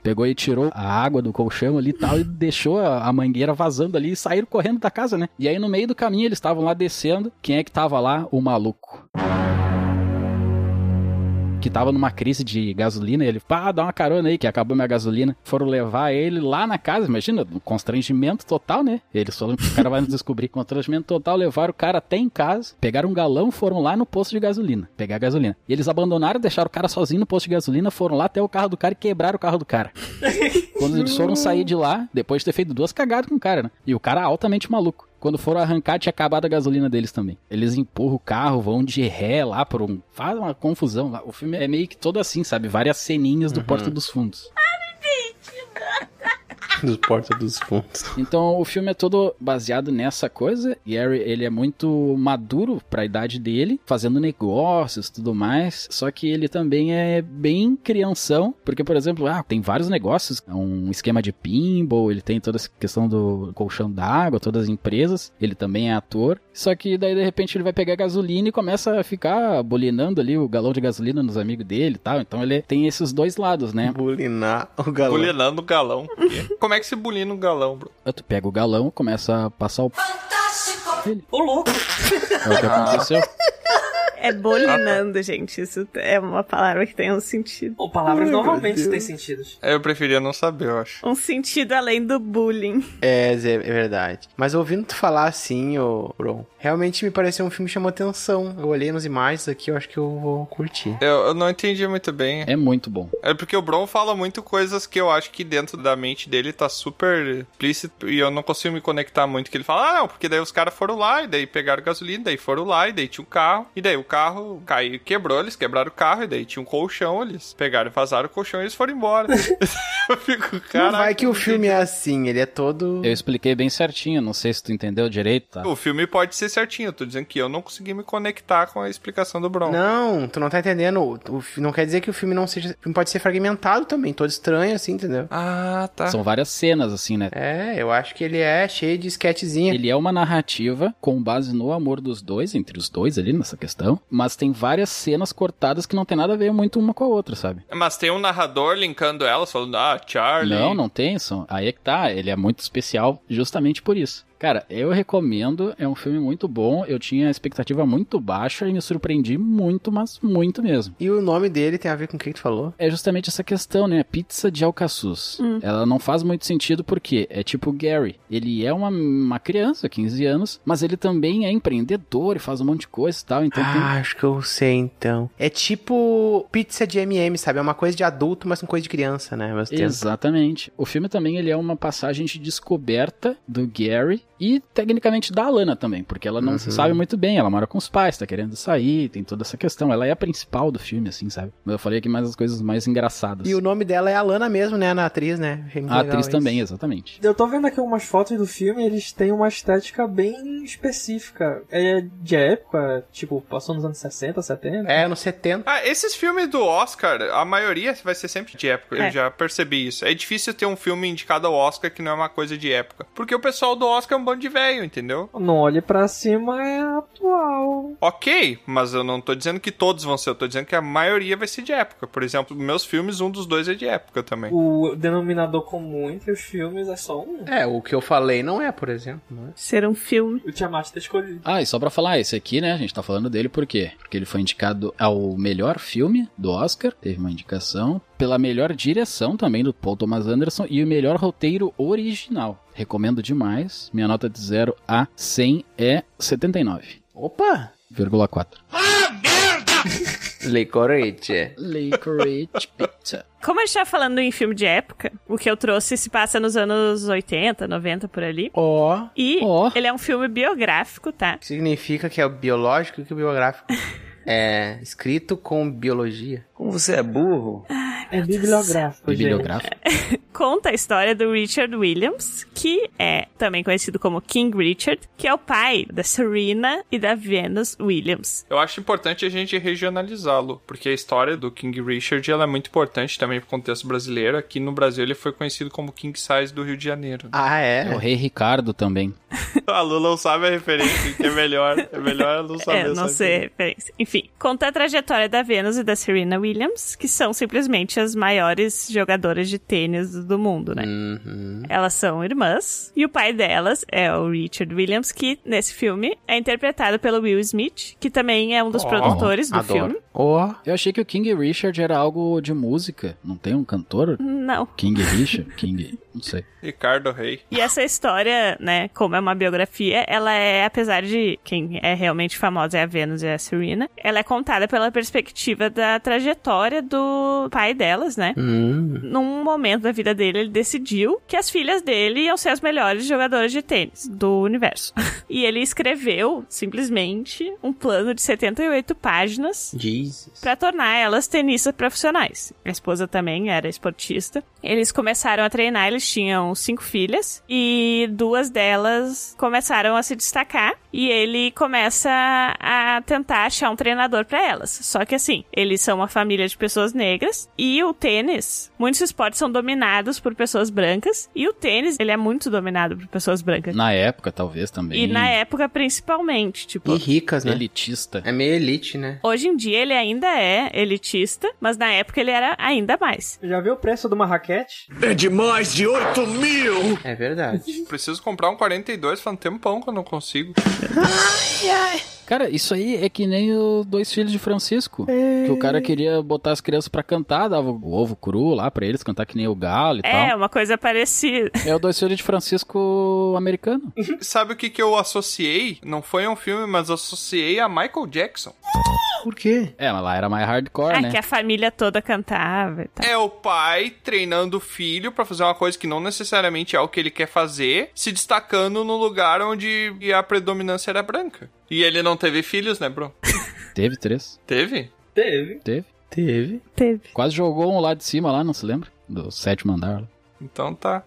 Pegou e tirou a água do colchão ali e tal, e deixou a, a mangueira vazando ali e saíram correndo da casa, né? E aí no meio do caminho eles estavam lá descendo. Quem é que tava lá? O maluco que tava numa crise de gasolina, ele, pá, dá uma carona aí, que acabou minha gasolina. Foram levar ele lá na casa, imagina, um constrangimento total, né? Eles falaram que o cara vai nos descobrir. Constrangimento total, levaram o cara até em casa, pegaram um galão, foram lá no posto de gasolina, pegar a gasolina. E eles abandonaram, deixaram o cara sozinho no posto de gasolina, foram lá até o carro do cara e quebraram o carro do cara. Quando eles foram sair de lá, depois de ter feito duas cagadas com o cara, né? E o cara altamente maluco. Quando foram arrancar, tinha acabado a gasolina deles também. Eles empurram o carro, vão de ré lá por um. Faz uma confusão lá. O filme é meio que todo assim, sabe? Várias ceninhas do Porta dos Fundos.
Dos Porta dos Fundos.
Então o filme é todo baseado nessa coisa. Gary, ele é muito maduro pra idade dele, fazendo negócios, tudo mais. Só que ele também é bem crianção, porque por exemplo, ah, tem vários negócios, é um esquema de pinball, ele tem toda essa questão do colchão d'água, todas as empresas, ele também é ator. Só que daí de repente ele vai pegar gasolina e começa a ficar bolinando ali o galão de gasolina nos amigos dele e tal. Então ele tem esses dois lados, né?
Bulinar o galão.
Bulinando o galão. Como é que se bulina o galão, bro?
Aí Tu pega o galão, começa a passar o
Ô, louco.
É o que aconteceu?
É bolinando, gente. Isso é uma palavra que tem um sentido.
Ou palavras
Ai, meu
normalmente
Deus.
têm sentidos.
É, Eu preferia não saber, eu acho.
Um sentido além do bullying.
É, Zé, é verdade. Mas ouvindo tu falar assim, ô Bron, realmente me pareceu um filme que chamou atenção. Eu olhei nas imagens aqui, eu acho que eu vou curtir.
Eu, eu não entendi muito bem.
É muito bom.
É porque o Bron fala muito coisas que eu acho que dentro da mente dele tá super explícito e eu não consigo me conectar muito. Que ele fala, ah, não, porque daí os caras foram lá e daí pegaram gasolina, daí foram lá e daí tinha um carro e daí o carro caiu, quebrou, eles quebraram o carro, e daí tinha um colchão, eles pegaram, vazaram o colchão e eles foram embora. Eu fico,
Não
cara.
vai que o filme é assim, ele é todo.
Eu expliquei bem certinho, não sei se tu entendeu direito, tá?
O filme pode ser certinho, eu tô dizendo que eu não consegui me conectar com a explicação do Bron.
Não, tu não tá entendendo. O- o fi- não quer dizer que o filme não seja. O filme pode ser fragmentado também, todo estranho, assim, entendeu?
Ah, tá.
São várias cenas, assim, né?
É, eu acho que ele é cheio de esquetezinha.
Ele é uma narrativa com base no amor dos dois, entre os dois ali nessa questão, mas tem várias cenas cortadas que não tem nada a ver muito uma com a outra, sabe?
Mas tem um narrador linkando elas, falando, ah, Charlie.
Não, não tem, são. Aí é que tá, ele é muito especial justamente por isso. Cara, eu recomendo, é um filme muito bom, eu tinha expectativa muito baixa e me surpreendi muito, mas muito mesmo.
E o nome dele tem a ver com o que tu falou?
É justamente essa questão, né? Pizza de alcaçuz.
Hum.
Ela não faz muito sentido porque é tipo o Gary. Ele é uma, uma criança, 15 anos, mas ele também é empreendedor e faz um monte de coisa e tal, então tem...
Ah, acho que eu sei então. É tipo pizza de MM, sabe? É uma coisa de adulto, mas uma coisa de criança, né? Mas tem-
Exatamente. O filme também ele é uma passagem de descoberta do Gary e tecnicamente da Alana também, porque ela não
Uhum.
sabe muito bem, ela mora com os pais, tá querendo sair, tem toda essa questão. Ela é a principal do filme, assim, sabe? Mas eu falei aqui mais as coisas mais engraçadas.
E o nome dela é Alana mesmo, né? Na atriz, né? Achei muito
a
legal
atriz
isso.
também, exatamente.
Eu tô vendo aqui umas fotos do filme, eles têm uma estética bem específica. É de época, tipo, passou nos anos 60, 70.
É, anos 70.
Ah, esses filmes do Oscar, a maioria vai ser sempre de época.
É.
Eu já percebi isso. É difícil ter um filme indicado ao Oscar que não é uma coisa de época. Porque o pessoal do Oscar é um bando de velho, entendeu?
Não olhe pra cima, é atual.
Ok, mas eu não tô dizendo que todos vão ser. Eu tô dizendo que a maioria vai ser de época. Por exemplo, meus filmes, um dos dois é de época também.
O denominador comum entre os filmes é só um.
É, o que eu falei não é, por exemplo. Não é?
Ser um filme.
O Tiamat tá escolhido.
Ah, e só pra falar, esse aqui, né, a gente tá falando dele por quê? Porque ele foi indicado ao melhor filme do Oscar, teve uma indicação, pela melhor direção também do Paul Thomas Anderson e o melhor roteiro original. Recomendo demais. Minha nota de 0 a 100 é 79,4.
Opa! Licorice.
Licorice Pizza.
Como a gente tá falando em filme de época, o que eu trouxe se passa nos anos 80, 90 por ali.
Ó.
E
Ó.
ele é um filme biográfico, tá?
Significa que é o biológico e que o biográfico. é escrito com biologia. Como você é burro?
É bibliográfico, gente.
Bibliográfico.
Conta a história do Richard Williams, que é também conhecido como King Richard, que é o pai da Serena e da Venus Williams.
Eu acho importante a gente regionalizá-lo, porque a história do King Richard ela é muito importante também pro contexto brasileiro. Aqui no Brasil ele foi conhecido como King Size do Rio de Janeiro.
Ah,
É o
é?
Rei Ricardo também.
A Lu não sabe a referência, que é melhor. É melhor a Lu saber
É, eu não
essa
sei a referência. Enfim, conta a trajetória da Venus e da Serena Williams, que são simplesmente as maiores jogadoras de tênis do mundo, né?
Uhum.
Elas são irmãs e o pai delas é o Richard Williams, que nesse filme é interpretado pelo Will Smith, que também é um dos
Ó,
produtores do
adoro.
filme.
Ó.
Eu achei que o King Richard era algo de música. Não tem um cantor?
Não.
King Richard? King. Não sei.
Ricardo Rei.
E essa história, né, como é uma biografia, ela é, apesar de quem é realmente famosa é a Venus e a Serena, ela é contada pela perspectiva da trajetória do pai delas, né?
Hum.
Num momento da vida dele, ele decidiu que as filhas dele iam ser as melhores jogadoras de tênis do universo. E ele escreveu, simplesmente, um plano de 78 páginas
Jesus.
para tornar elas tenistas profissionais. A esposa também era esportista. Eles começaram a treinar, eles tinham cinco filhas e duas delas começaram a se destacar e ele começa a tentar achar um treinador para elas. Só que assim, eles são uma família de pessoas negras e o tênis, muitos esportes são dominados por pessoas brancas e o tênis, ele é muito dominado por pessoas brancas.
Na época, talvez também.
E na época principalmente, tipo,
E ricas, né?
Elitista.
É meio elite, né?
Hoje em dia ele ainda é elitista, mas na época ele era ainda mais.
Já viu o preço de uma raquete?
É de mais de 8 mil!
É verdade.
Preciso comprar um 42, faz um tempão que eu não consigo.
Cara, isso aí é que nem os dois filhos de Francisco.
É.
Que o cara queria botar as crianças pra cantar, dava o ovo cru lá pra eles cantar que nem o galo e
É,
tal.
uma coisa parecida.
É o dois filhos de Francisco americano.
Sabe o que, que eu associei? Não foi a um filme, mas associei a Michael Jackson.
Por quê?
É, mas lá era mais hardcore,
Ah,
né?
que a família toda cantava e tal.
É o pai treinando o filho pra fazer uma coisa que não necessariamente é o que ele quer fazer, se destacando no lugar onde a predominância era branca. E ele não teve filhos, né, bro?
Teve três?
Teve?
Teve.
Teve?
Teve.
Teve.
Quase jogou um lá de cima, lá, não se lembra? Do sétimo andar. lá.
Então tá.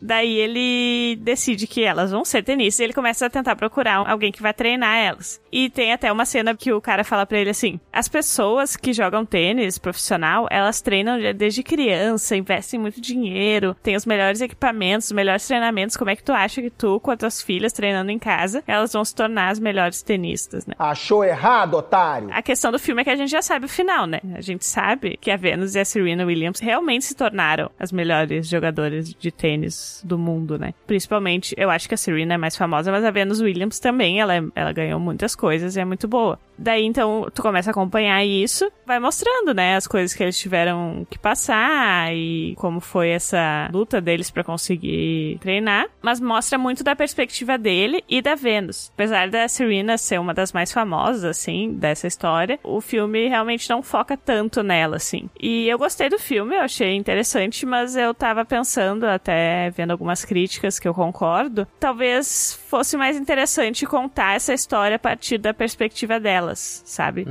Daí ele decide que elas vão ser tenistas e ele começa a tentar procurar alguém que vai treinar elas. E tem até uma cena que o cara fala pra ele assim: as pessoas que jogam tênis profissional, elas treinam de- desde criança, investem muito dinheiro, têm os melhores equipamentos, os melhores treinamentos. Como é que tu acha que tu, com as tuas filhas treinando em casa, elas vão se tornar as melhores tenistas, né?
Achou errado, otário?
A questão do filme é que a gente já sabe o final, né? A gente sabe que a Venus e a Serena Williams realmente se tornaram as melhores jogadoras de tênis do mundo, né? Principalmente, eu acho que a Serena é mais famosa, mas a Venus Williams também, ela, é- ela ganhou muitas coisas e é muito boa. Daí, então, tu começa a acompanhar isso, vai mostrando, né, as coisas que eles tiveram que passar e como foi essa luta deles pra conseguir treinar, mas mostra muito da perspectiva dele e da Venus. Apesar da Serena ser uma das mais famosas, assim, dessa história, o filme realmente não foca tanto nela, assim. E eu gostei do filme, eu achei interessante, mas eu tava pensando, até vendo algumas críticas que eu concordo, talvez fosse mais interessante contar essa história a partir da perspectiva delas, sabe?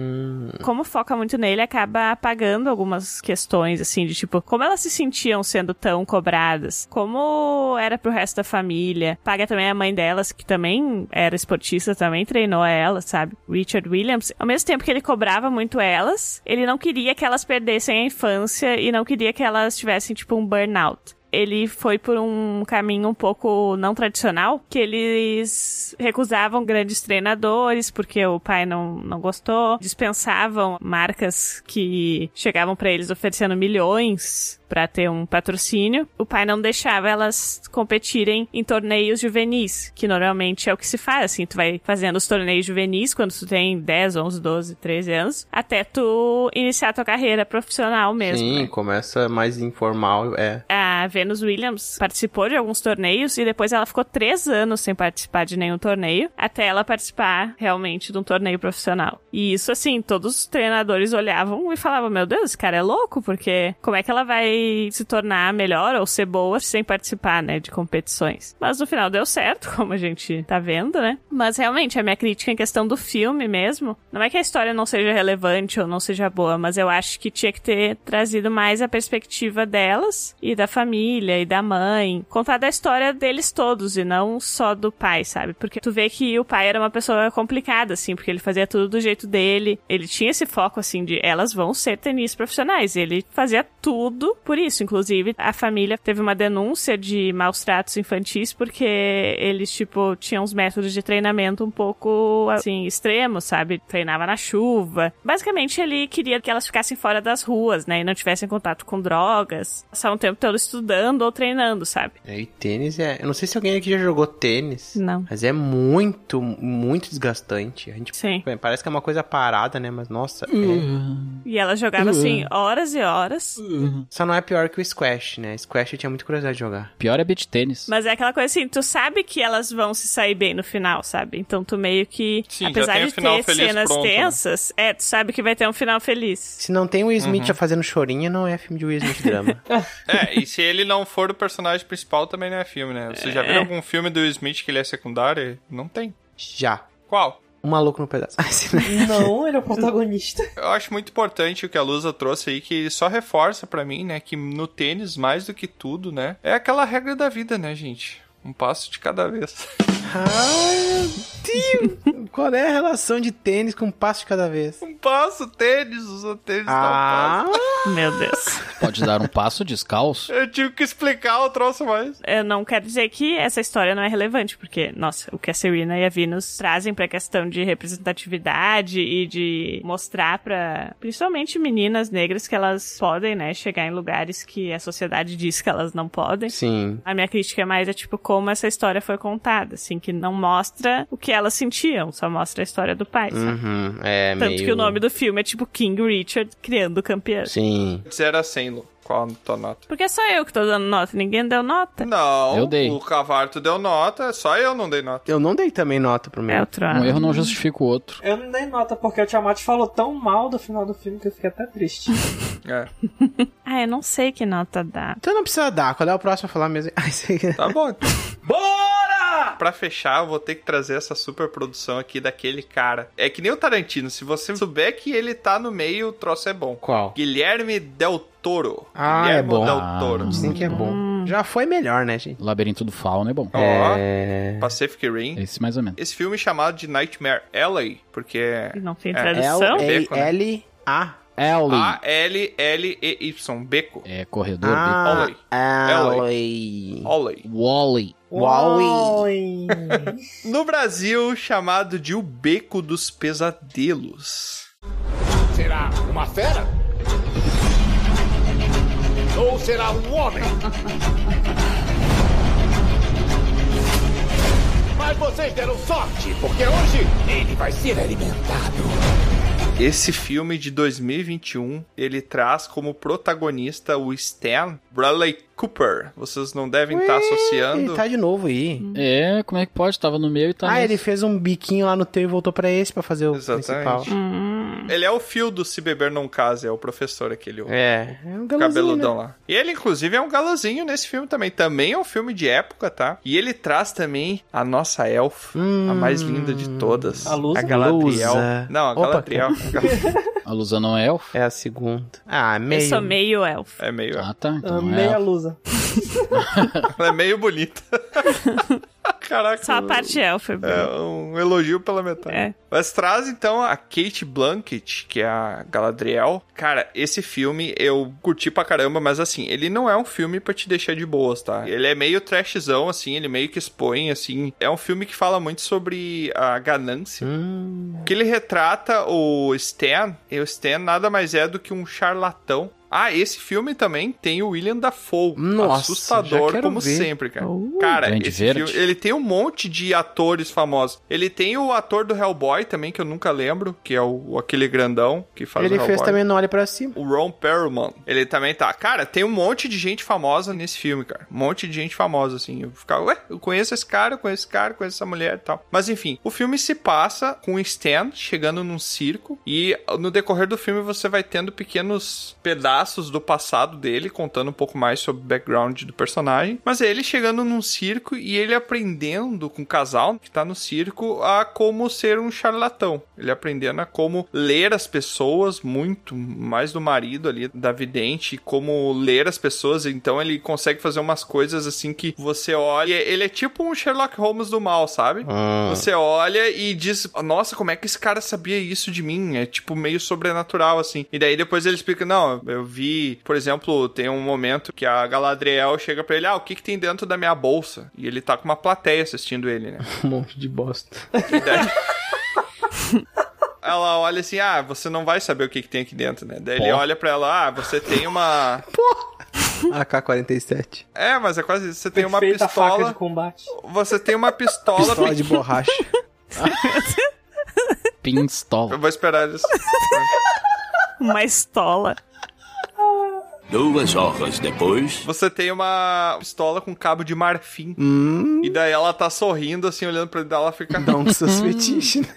Como foca muito nele, acaba apagando algumas questões, assim, de tipo, como elas se sentiam sendo tão cobradas, como era pro resto da família. Paga também a mãe delas, que também era esportista, também treinou ela, sabe? Richard Williams. Ao mesmo tempo que ele cobrava muito elas, ele não queria que elas perdessem a infância e não queria que elas tivessem, tipo, um burnout ele foi por um caminho um pouco não tradicional, que eles recusavam grandes treinadores porque o pai não, não gostou, dispensavam marcas que chegavam pra eles oferecendo milhões pra ter um patrocínio. O pai não deixava elas competirem em torneios juvenis, que normalmente é o que se faz, assim, tu vai fazendo os torneios juvenis quando tu tem 10, 11, 12, 13 anos, até tu iniciar tua carreira profissional mesmo. né?
Sim, começa mais informal, é.
A Venus Williams participou de alguns torneios e depois ela ficou três anos sem participar de nenhum torneio, até ela participar realmente de um torneio profissional. E isso, assim, todos os treinadores olhavam e falavam: Meu Deus, esse cara é louco, porque como é que ela vai se tornar melhor ou ser boa sem participar, né, de competições? Mas no final deu certo, como a gente tá vendo, né? Mas realmente, a minha crítica em questão do filme mesmo, não é que a história não seja relevante ou não seja boa, mas eu acho que tinha que ter trazido mais a perspectiva delas e da família e da mãe. Contar da história deles todos e não só do pai, sabe? Porque tu vê que o pai era uma pessoa complicada, assim, porque ele fazia tudo do jeito dele. Ele tinha esse foco, assim, de elas vão ser tenistas profissionais. Ele fazia tudo por isso. Inclusive, a família teve uma denúncia de maus tratos infantis porque eles, tipo, tinham uns métodos de treinamento um pouco, assim, extremos, sabe? Treinava na chuva. Basicamente, ele queria que elas ficassem fora das ruas, né? E não tivessem contato com drogas. Passar um tempo todo estudando ou treinando, sabe?
E tênis é. Eu não sei se alguém aqui já jogou tênis.
Não.
Mas é muito, muito desgastante. A gente
Sim.
parece que é uma coisa parada, né? Mas nossa. é-
E ela jogava, assim,
Uhum.
horas e horas.
Só não é pior que o squash, né? Squash eu tinha muita curiosidade de jogar.
Pior é beat tênis.
Mas é aquela coisa assim, tu sabe que elas vão se sair bem no final, sabe? Então tu meio que,
já
apesar
tem
de
o final
ter
feliz
cenas
pronto, né?
tensas, é, tu sabe que vai ter um final feliz.
Se não tem o Will Smith
Uhum.
já fazendo chorinha, não é filme de Will Smith drama.
É, e se ele não for o personagem principal, também não é filme, né? Você já
É.
viu algum filme do Will Smith que ele é secundário? Não tem.
já.
Qual?
Um maluco no pedaço.
Não, ele é o protagonista.
Eu acho muito importante o que a Lusa trouxe aí, que só reforça pra mim, né, que no tênis, mais do que tudo, né, é aquela regra da vida, né, gente? Um passo de cada vez.
Qual é a relação de tênis com um passo de cada vez?
Um passo, tênis, usa tênis,
Ah.
dá um passo.
Meu Deus.
Pode dar um passo descalço?
Eu tive que explicar o troço mais.
Eu não quero dizer que essa história não é relevante, porque, nossa, o que a Serena e a Venus trazem pra questão de representatividade e de mostrar pra, principalmente meninas negras, que elas podem, né, chegar em lugares que a sociedade diz que elas não podem.
Sim.
A minha crítica é mais é tipo como essa história foi contada, assim, que não mostra o que elas sentiam, só mostra a história do pai.
Hum,
sabe?
Uhum, é
Tanto
meio...
que o nome do filme é tipo King Richard criando o campeão.
Sim.
De 0 a 100, Lu. Qual a tua nota?
Porque é só eu que tô dando nota, ninguém deu nota.
Não,
Eu dei.
o Cavarto deu nota, só eu não dei nota.
Eu não dei também nota
Hum.
pro meu.
É
Um erro não justifica o outro.
Eu não dei nota porque o Tiamat falou tão mal do final do filme que eu fiquei até triste.
É,
Ah, eu não sei que nota dá.
Ah, Então não precisa dar. Qual é o próximo a falar mesmo? Ai, sei.
Tá bom.
Bora!
tá pra fechar, eu vou ter que trazer essa super produção aqui daquele cara. É que nem o Tarantino, se você souber que ele tá no meio, o troço é bom.
Qual?
Guilherme Del Toro.
Ah,
Guilherme
é bom.
Del Toro.
Dizem que é bom.
Hum.
Já foi melhor, né, gente?
Labirinto do Fauno é bom.
Ó,
É.
Pacific Rim.
Esse mais ou menos.
Esse filme é chamado de Nightmare Alley, porque... é
Não tem
tradução?
L, A, L, A.
Ellie.
Ah.
A-L-L-E-Y, beco.
É corredor
Ah,
de...
Alley.
Ollie.
Wally.
Wally.
No Brasil, chamado de O Beco dos Pesadelos.
Será uma fera? Ou será um homem? Mas vocês deram sorte, porque hoje ele vai ser alimentado.
Esse filme de 2021, ele traz como protagonista o Stan Bradley Cooper. Vocês não devem estar associando.
Ele tá de novo aí.
Hum.
É, como é que pode? Tava no meio e tá
ah,
nesse.
ele fez um biquinho lá no teu e voltou pra esse pra fazer o principal.
Hum.
Exatamente. Ele é o fio do Se Beber Não Case, é o professor aquele. o-
É, é um
o
galãozinho,
cabeludão
né?
lá. E ele, inclusive, é um galãozinho nesse filme também. Também é um filme de época, tá? E ele traz também a nossa elfa, a mais linda de
Hum.
todas.
A Lusa?
A Galadriel.
é.
Lusa.
Não, a
Opa,
Galadriel.
A Lusa não é elfo?
É a segunda. Ah,
Eu
meio.
sou meio elfo.
É meio.
Ah, tá. Então não é
Meia
elfo.
lusa.
Ela é meio bonita. Caraca.
Só a parte elfa.
É um elogio pela metade.
É.
Mas traz então a Kate Blanket, que é a Galadriel. Cara, esse filme eu curti pra caramba, mas assim, ele não é um filme pra te deixar de boas, tá? Ele é meio trashzão, assim, ele meio que expõe, assim. É um filme que fala muito sobre a ganância.
Hum.
Que ele retrata o Stan, e o Stan nada mais é do que um charlatão. Ah, esse filme também tem o William Dafoe.
Nossa, já
assustador,
quero
como
ver. Oh.
sempre, cara. cara,
Grande
esse
verde.
filme, ele tem um monte de atores famosos. Ele tem o ator do Hellboy também, que eu nunca lembro, que é o, aquele grandão que faz o
Ele
Hellboy.
fez também no Olho Pra Cima.
O Ron Perlman, ele também tá. Cara, tem um monte de gente famosa nesse filme, cara. Um monte de gente famosa, assim. Eu ficava, ué, eu conheço esse cara, eu conheço esse cara, eu conheço essa mulher e tal. Mas enfim, o filme se passa com o Stan chegando num circo e no decorrer do filme você vai tendo pequenos pedaços do passado dele, contando um pouco mais sobre o background do personagem. Mas é ele chegando num circo e ele aprendendo com o casal que tá no circo a como ser um charlatão. Ele aprendendo a como ler as pessoas muito mais do marido ali da vidente, como ler as pessoas, então ele consegue fazer umas coisas assim que você olha, ele é tipo um Sherlock Holmes do mal, sabe?
Ah.
Você olha e diz, nossa, como é que esse cara sabia isso de mim? É tipo meio sobrenatural assim. E daí depois ele explica, não, eu vi, por exemplo, tem um momento que a Galadriel chega pra ele, ah, o que que tem dentro da minha bolsa? E ele tá com uma plateia assistindo ele, né?
Um monte de bosta.
Ela olha assim, ah, você não vai saber o que, que tem aqui dentro, né? Daí ele
Pô.
olha pra ela, ah, você tem uma.
AK-47.
É, mas é quase isso. Você tem uma
Perfeita faca
pistola.
de combate.
Você tem uma pistola.
Pistola de borracha.
Eu
Pinstola.
vou esperar eles.
Uma estola.
Duas horas depois.
Você tem uma pistola com cabo de marfim. E daí ela tá sorrindo, assim, olhando pra ele. daí Ela fica.
Dá um seus fetiches, né?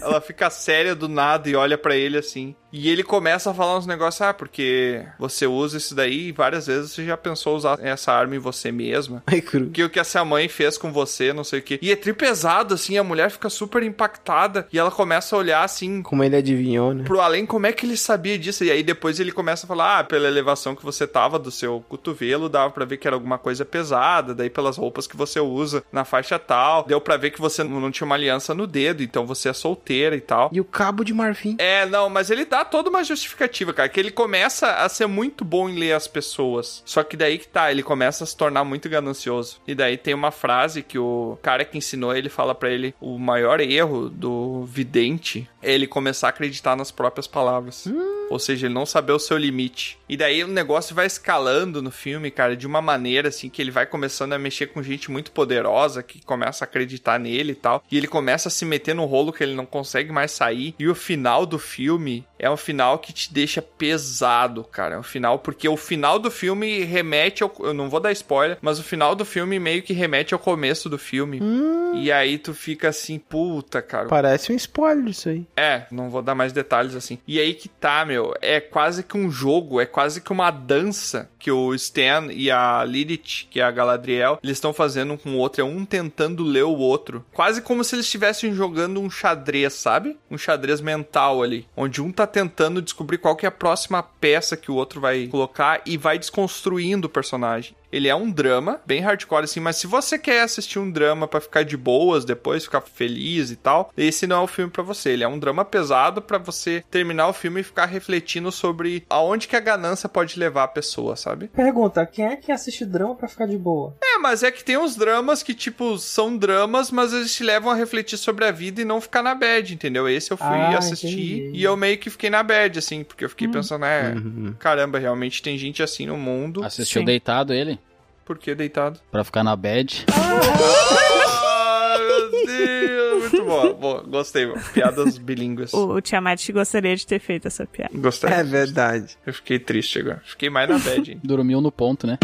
Ela fica séria do nada e olha pra ele assim. E ele começa a falar uns negócios, ah, porque você usa isso daí e várias vezes você já pensou usar essa arma em você mesma.
Ai, cru.
que é o que essa mãe fez com você, não sei o que. E é tripesado, assim, a mulher fica super impactada e ela começa a olhar assim.
Como ele adivinhou, né?
Pro além, como é que ele sabia disso? E aí depois ele começa a falar: Ah, pela elevação que você tava do seu cotovelo, dava pra ver que era alguma coisa pesada, daí pelas roupas que você usa na faixa tal, deu pra ver que você não tinha uma aliança no dedo, então você é solteira e tal.
E o cabo de marfim.
É, não, mas ele dá toda uma justificativa, cara, que ele começa a ser muito bom em ler as pessoas. Só que daí que tá, ele começa a se tornar muito ganancioso. E daí tem uma frase que o cara que ensinou ele fala pra ele, o maior erro do vidente é ele começar a acreditar nas próprias palavras. Ou seja, ele não saber o seu limite. E daí o negócio vai escalando no filme, cara, de uma maneira assim que ele vai começando a mexer com gente muito poderosa que começa a acreditar nele e tal. E ele começa a se meter num rolo que ele não consegue mais sair. E o final do filme é um final que te deixa pesado, cara. É um final porque o final do filme remete ao. Eu não vou dar spoiler, mas o final do filme meio que remete ao começo do filme. E aí tu fica assim, puta, cara.
Parece um spoiler isso aí.
É, não vou dar mais detalhes assim. E aí que tá, meu. É quase que um jogo. jogo, é quase que uma dança que o Stan e a Lilith, que é a Galadriel, eles estão fazendo um com o outro, é um tentando ler o outro. Quase como se eles estivessem jogando um xadrez, sabe? Um xadrez mental ali, onde um tá tentando descobrir qual que é a próxima peça que o outro vai colocar e vai desconstruindo o personagem. Ele é um drama, bem hardcore assim, mas se você quer assistir um drama para ficar de boas depois, ficar feliz e tal, esse não é o filme para você. Ele é um drama pesado para você terminar o filme e ficar refletindo sobre aonde que a ganância pode levar a pessoa, sabe?
Pergunta, quem é que assiste drama pra ficar de boa?
É, mas é que tem uns dramas que, tipo, são dramas, mas eles te levam a refletir sobre a vida e não ficar na bad, entendeu? Esse eu fui
Ah,
assistir
entendi.
e eu meio que fiquei na bad, assim, porque eu fiquei pensando, é, caramba, realmente tem gente assim no mundo.
Assistiu deitado ele?
Por que deitado?
Pra ficar na bad.
Ah, meu Deus, muito bom. Bom, gostei, mano. piadas bilíngues.
O, o Tiamat gostaria de ter feito essa piada.
Gostei.
É
verdade. Eu fiquei triste agora. Fiquei mais na bad, hein?
Dormiu no ponto, né?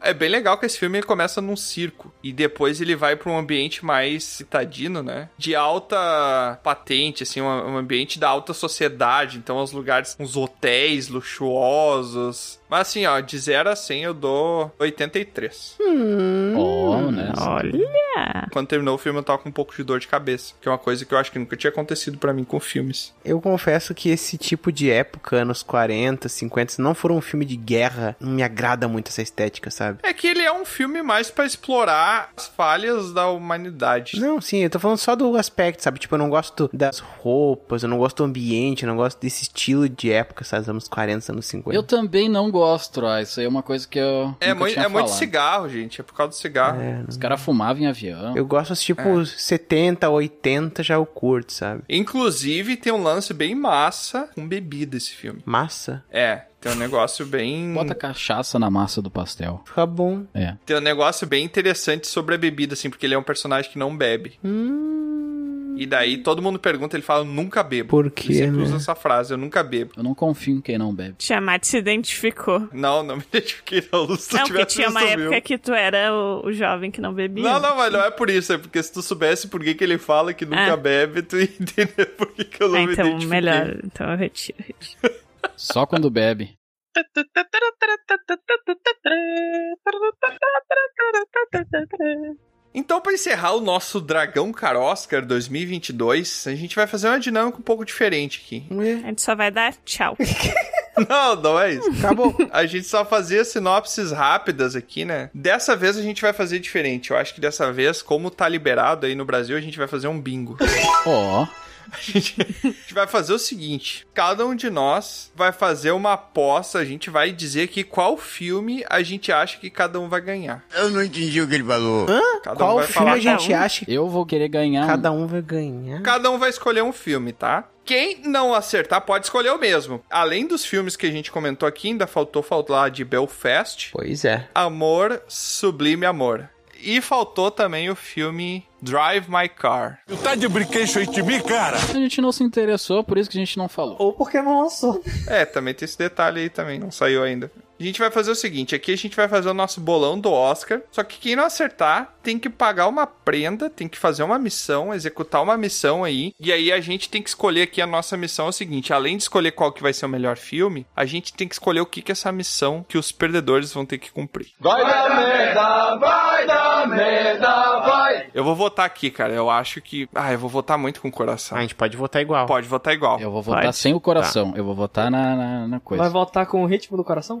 É bem legal que esse filme ele começa num circo e depois ele vai pra um ambiente mais citadino, né? De alta patente, assim, um, um ambiente da alta sociedade. Então, os lugares, uns hotéis luxuosos. Mas assim, ó, de 0 a 100 eu dou 83.
Hum.
Hum.
Oh, né?
Olha!
Quando terminou o filme eu tava com um pouco de dor de cabeça, que é uma coisa que eu acho que nunca tinha acontecido pra mim com filmes.
Eu confesso que esse tipo de época, anos 40, 50, se não for um filme de guerra, não me agrada muito essa estética, sabe?
É que ele é um filme mais pra explorar as falhas da humanidade.
Não, sim, eu tô falando só do aspecto, sabe? Tipo, eu não gosto das roupas, eu não gosto do ambiente, eu não gosto desse estilo de época, sabe? Dos anos 40, anos 50.
Eu também não gosto, ah, isso aí é uma coisa que eu.
É,
nunca
mui-
tinha
é muito
falado.
cigarro, gente. É por causa do cigarro.
Os caras fumavam em avião.
Eu gosto, tipo, 70, 80 já eu curto, sabe?
Inclusive, tem um lance bem massa com bebida esse filme.
Massa.
É, tem um negócio bem.
Bota
Hum.
cachaça na massa do pastel.
Fica bom.
É.
Tem um negócio bem interessante sobre a bebida, assim, porque ele é um personagem que não bebe. E daí todo mundo pergunta, ele fala, "Eu nunca bebo.
Hum. Por quê,
Ele sempre
né?
usa essa frase, eu nunca bebo.
Eu não confio em quem não bebe.
Tiamat se identificou.
Não, não me identifiquei não, Lu, se tu
não, porque
tivesse
É tinha uma
visto,
época
viu.
que tu era o, o jovem que não bebia.
Não, não, mas não é por isso, é porque se tu soubesse por que, que ele fala que nunca
Ah.
bebe, tu ia entender por que, que eu não
Ah,
me
então,
identifiquei.
melhor. Então eu retiro. retiro.
Só quando bebe.
Então, pra encerrar o nosso Dragão Caroscar 2022, a gente vai fazer uma dinâmica um pouco diferente aqui.
A gente só vai dar tchau.
Não, não é isso. Acabou. A gente só fazia sinopses rápidas aqui, né? Dessa vez a gente vai fazer diferente. Eu acho que dessa vez, como tá liberado aí no Brasil, a gente vai fazer um bingo.
Ó.
A gente vai fazer o seguinte: cada um de nós vai fazer uma aposta, a gente vai dizer aqui qual filme a gente acha que cada um vai ganhar.
Eu não entendi o que ele falou.
Cada um
Qual
vai
filme
falar-
a gente
Cada um.
acha que
Eu vou querer ganhar. um.
cada um vai ganhar?
Cada um vai escolher um filme, tá? Quem não acertar pode escolher o mesmo. Além dos filmes que a gente comentou aqui, ainda faltou falar de Belfast,
Pois é.
Amor, Sublime Amor. E faltou também o filme Drive My Car.
Tu tá de brinquedo de mim, cara? um. A gente não se interessou, por isso que a gente não falou.
Ou porque não lançou.
É, também tem esse detalhe aí também, não saiu ainda. A gente vai fazer o seguinte, aqui a gente vai fazer o nosso bolão do Oscar, só que quem não acertar tem que pagar uma prenda, tem que fazer uma missão, executar uma missão aí, e aí a gente tem que escolher aqui a nossa missão é o seguinte, além de escolher qual que vai ser o melhor filme, a gente tem que escolher o que que é essa missão que os perdedores vão ter que cumprir.
Vai dar merda, vai dar merda, vai.
Eu vou votar aqui, cara, eu acho que... Ah, eu vou votar muito com o coração.
A gente pode votar igual.
Pode votar igual.
Eu vou votar sem
tá.
o coração. Eu vou votar na, na, na coisa.
Vai voltar com o ritmo do coração?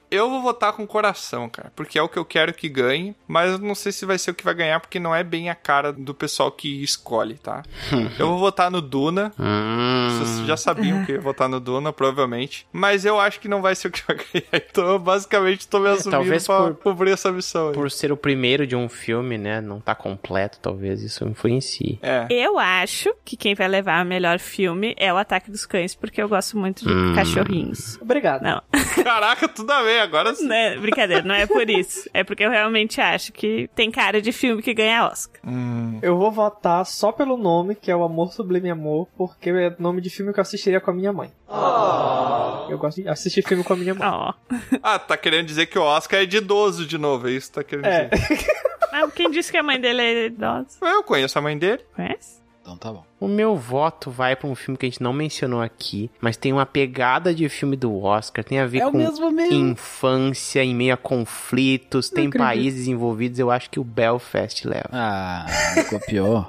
Eu vou votar com o coração, cara, porque é o que eu quero que ganhe, mas eu não sei se vai ser o que vai ganhar, porque não é bem a cara do pessoal que escolhe, tá? eu vou votar no Duna.
Ah.
Vocês já sabiam que eu ia votar no Duna, provavelmente. Mas eu acho que não vai ser o que vai ganhar. Então, eu basicamente, tô me assumindo
É, talvez
pra
por-
cobrir essa missão aí.
Por ser o primeiro de um filme, né? Não tá completo, talvez isso influencie.
É.
Eu acho que quem vai levar o melhor filme é o Ataque dos Cães, porque eu gosto muito de
Hum.
cachorrinhos.
Obrigado.
Não.
Caraca, tudo a ver, agora sim.
Né, brincadeira, não é por isso. É porque eu realmente acho que tem cara de filme que ganha Oscar.
Hum.
Eu vou votar só pelo nome, que é o Amor Sublime Amor, porque é nome de filme que eu assistiria com a minha mãe. Eu gosto de assistir filme com a minha mãe.
Ah, tá querendo dizer que o Oscar é de idoso de novo, é isso que tá querendo
É.
dizer.
Mas quem disse que a mãe dele é idosa?
Eu conheço a mãe dele.
Conhece?
então tá bom.
O meu voto vai pra um filme que a gente não mencionou aqui, mas tem uma pegada de filme do Oscar, tem a ver
É o
com
mesmo mesmo.
infância, em meio a conflitos, tem
acredito.
países envolvidos, eu acho que o Belfast leva.
Ah, copiou.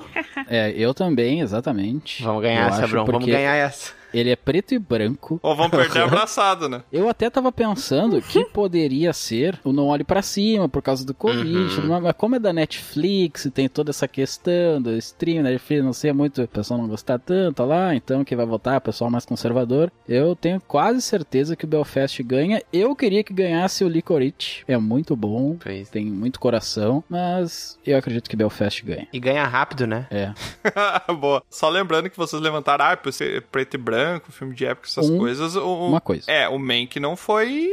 É, eu também, exatamente.
Vamos ganhar essa, Bron, vamos ganhar
essa. Ele é preto e branco.
Ou vamos perder
Uhum.
abraçado, né?
Eu até tava pensando que poderia ser o Não Olhe Pra Cima, por causa do Covid,
Uhum.
mas- mas como é da Netflix, e tem toda essa questão do stream, Netflix, não sei é muito, o pessoal não gostar tanto lá, então quem vai votar é o pessoal mais conservador. Eu tenho quase certeza que o Belfast ganha. Eu queria que ganhasse o Licorice, é muito bom, tem muito coração, mas eu acredito que Belfast ganha.
E ganha rápido, né?
É.
Boa. Só lembrando que vocês levantaram, ah, por ser preto e branco, filme de época, essas
Um-
coisas. O,
uma coisa.
É, o Mank não foi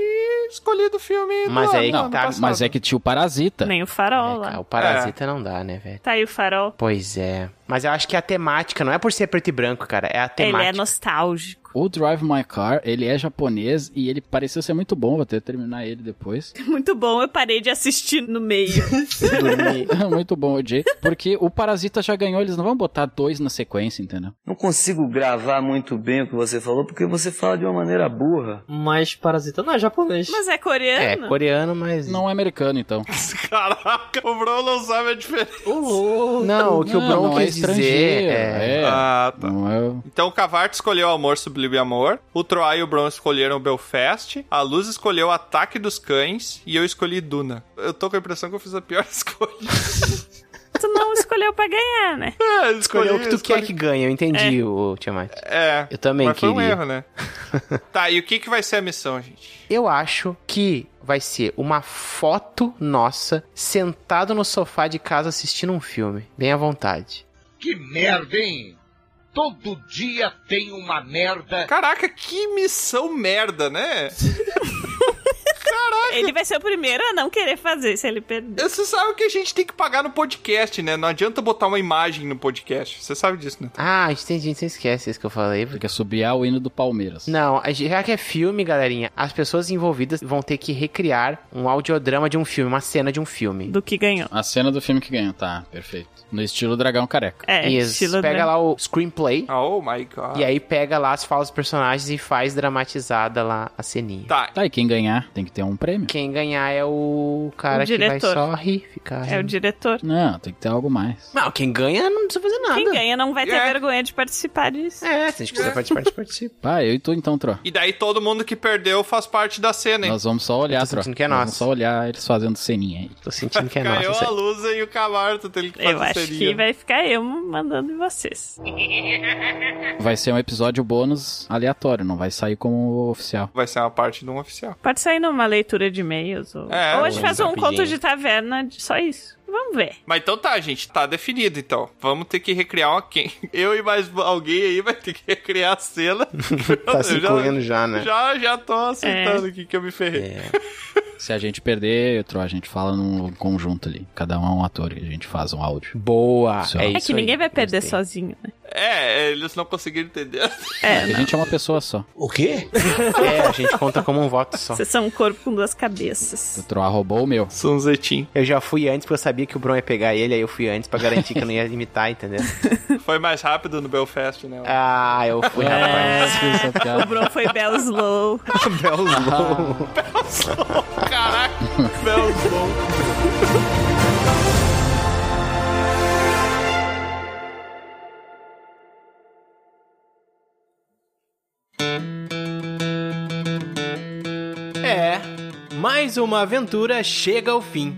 escolhido o filme. do
Mas
ano,
aí que
ano
tá-
passado.
Mas é que tinha o Parasita.
Nem o farol lá.
Ah, O Parasita não dá, né, velho?
Tá aí o farol.
Pois é. Mas eu acho que a temática não é por ser preto e branco, cara, é a temática.
Ele é nostálgico.
O Drive My Car, ele é japonês e ele pareceu ser muito bom, vou até terminar ele depois.
Muito bom, eu parei de assistir no meio.
Dormi. muito bom, odiei. Porque o Parasita já ganhou, eles não vão botar dois na sequência, entendeu?
Não consigo gravar muito bem o que você falou, porque você fala de uma maneira burra.
Mas Parasita não é japonês.
Mas é coreano?
coreano, mas.
Não é americano, então.
Caraca, o Bruno não sabe a diferença.
Não, o que o Bron
não é
quis dizer
estrangeiro,
é...
é.
Ah, tá.
Não é. o-
Então o Cavarte escolheu Amor Sublime Amor, o Troy e o Bron escolheram o Belfast, a Luz escolheu Ataque dos Cães e eu escolhi Duna. Eu tô com a impressão que eu fiz a pior escolha.
Tu não escolheu pra ganhar, né?
É,
Escolheu o que tu quer que ganhe, eu entendi o Tiamat.
É.
Eu também
mas foi um
queria.
erro, né? tá, e o que, que vai ser a missão, gente?
Eu acho que vai ser uma foto nossa sentado no sofá de casa assistindo um filme, bem à vontade.
Que merda, hein? Todo dia tem uma merda.
Caraca, que missão merda, né?
Ele vai ser o primeiro a não querer fazer se ele perder.
Você sabe que a gente tem que pagar no podcast, né? Não adianta botar uma imagem no podcast. Você sabe disso, né?
Ah, a gente tem gente, você esquece isso que eu falei.
Porque subiar o hino do Palmeiras.
Não, a gente- já que é filme, galerinha, as pessoas envolvidas vão ter que recriar um audiodrama de um filme, uma cena de um filme.
Do que ganhou.
A cena do filme que ganhou, tá, perfeito. No estilo Dragão Careca.
É,
Isso,
né?
pega lá o screenplay
Oh my god.
e aí pega lá as falas dos personagens e faz dramatizada lá a ceninha.
Tá.
Tá, e quem ganhar tem que ter um prêmio.
Quem ganhar é o cara
O
que vai
diretor.
só rir, ficar.
É o
rindo.
diretor.
Não, tem que ter algo mais.
Não, quem ganha não precisa fazer nada.
Quem ganha não vai ter
É.
vergonha de participar disso.
É, se a gente quiser participar, a gente participa.
Pá, eu e tu então, Tro.
E daí todo mundo que perdeu faz parte da cena, hein?
Nós vamos só olhar, Tro.
Né? sentindo que é
Nós
nossa.
Vamos só olhar eles fazendo ceninha aí.
Tô sentindo que é
Ganhou a luz e o Camargo tem que fazer
Eu acho
seria.
que vai ficar eu mandando em vocês.
Vai ser um episódio bônus aleatório, não vai sair como oficial.
Vai ser uma parte de um oficial.
Pode sair numa leitura de e-mails. Ou...
É,
ou a gente
ou
faz um
rapidinho.
conto de taverna, de- só isso. Vamos ver.
Mas então tá, gente, tá definido então. Vamos ter que recriar uma quem? Eu e mais alguém aí vai ter que recriar a cena.
Tá se incluindo já, né?
Já, já tô aceitando
É.
aqui que eu me ferrei.
Se a gente perder, Tro, a gente fala num conjunto ali. Cada um é um ator e a gente faz um áudio.
Boa!
Isso.
É, que ninguém vai perder sozinho, né?
É, eles não conseguiram entender.
A gente é uma pessoa só.
O quê? É, a gente conta como um voto só.
Vocês são um corpo com duas cabeças.
O Troá roubou o meu.
Sunzetim.
Eu já fui antes porque eu sabia que o Bron ia pegar ele, aí eu fui antes pra garantir que eu não ia imitar, entendeu?
Foi mais rápido no Belfast, né?
Ah, eu fui,
É.
rapaz.
É,
O Bron foi Bell Slow.
Bell Slow.
Caraca, Bell Slow.
É, mais uma aventura chega ao fim.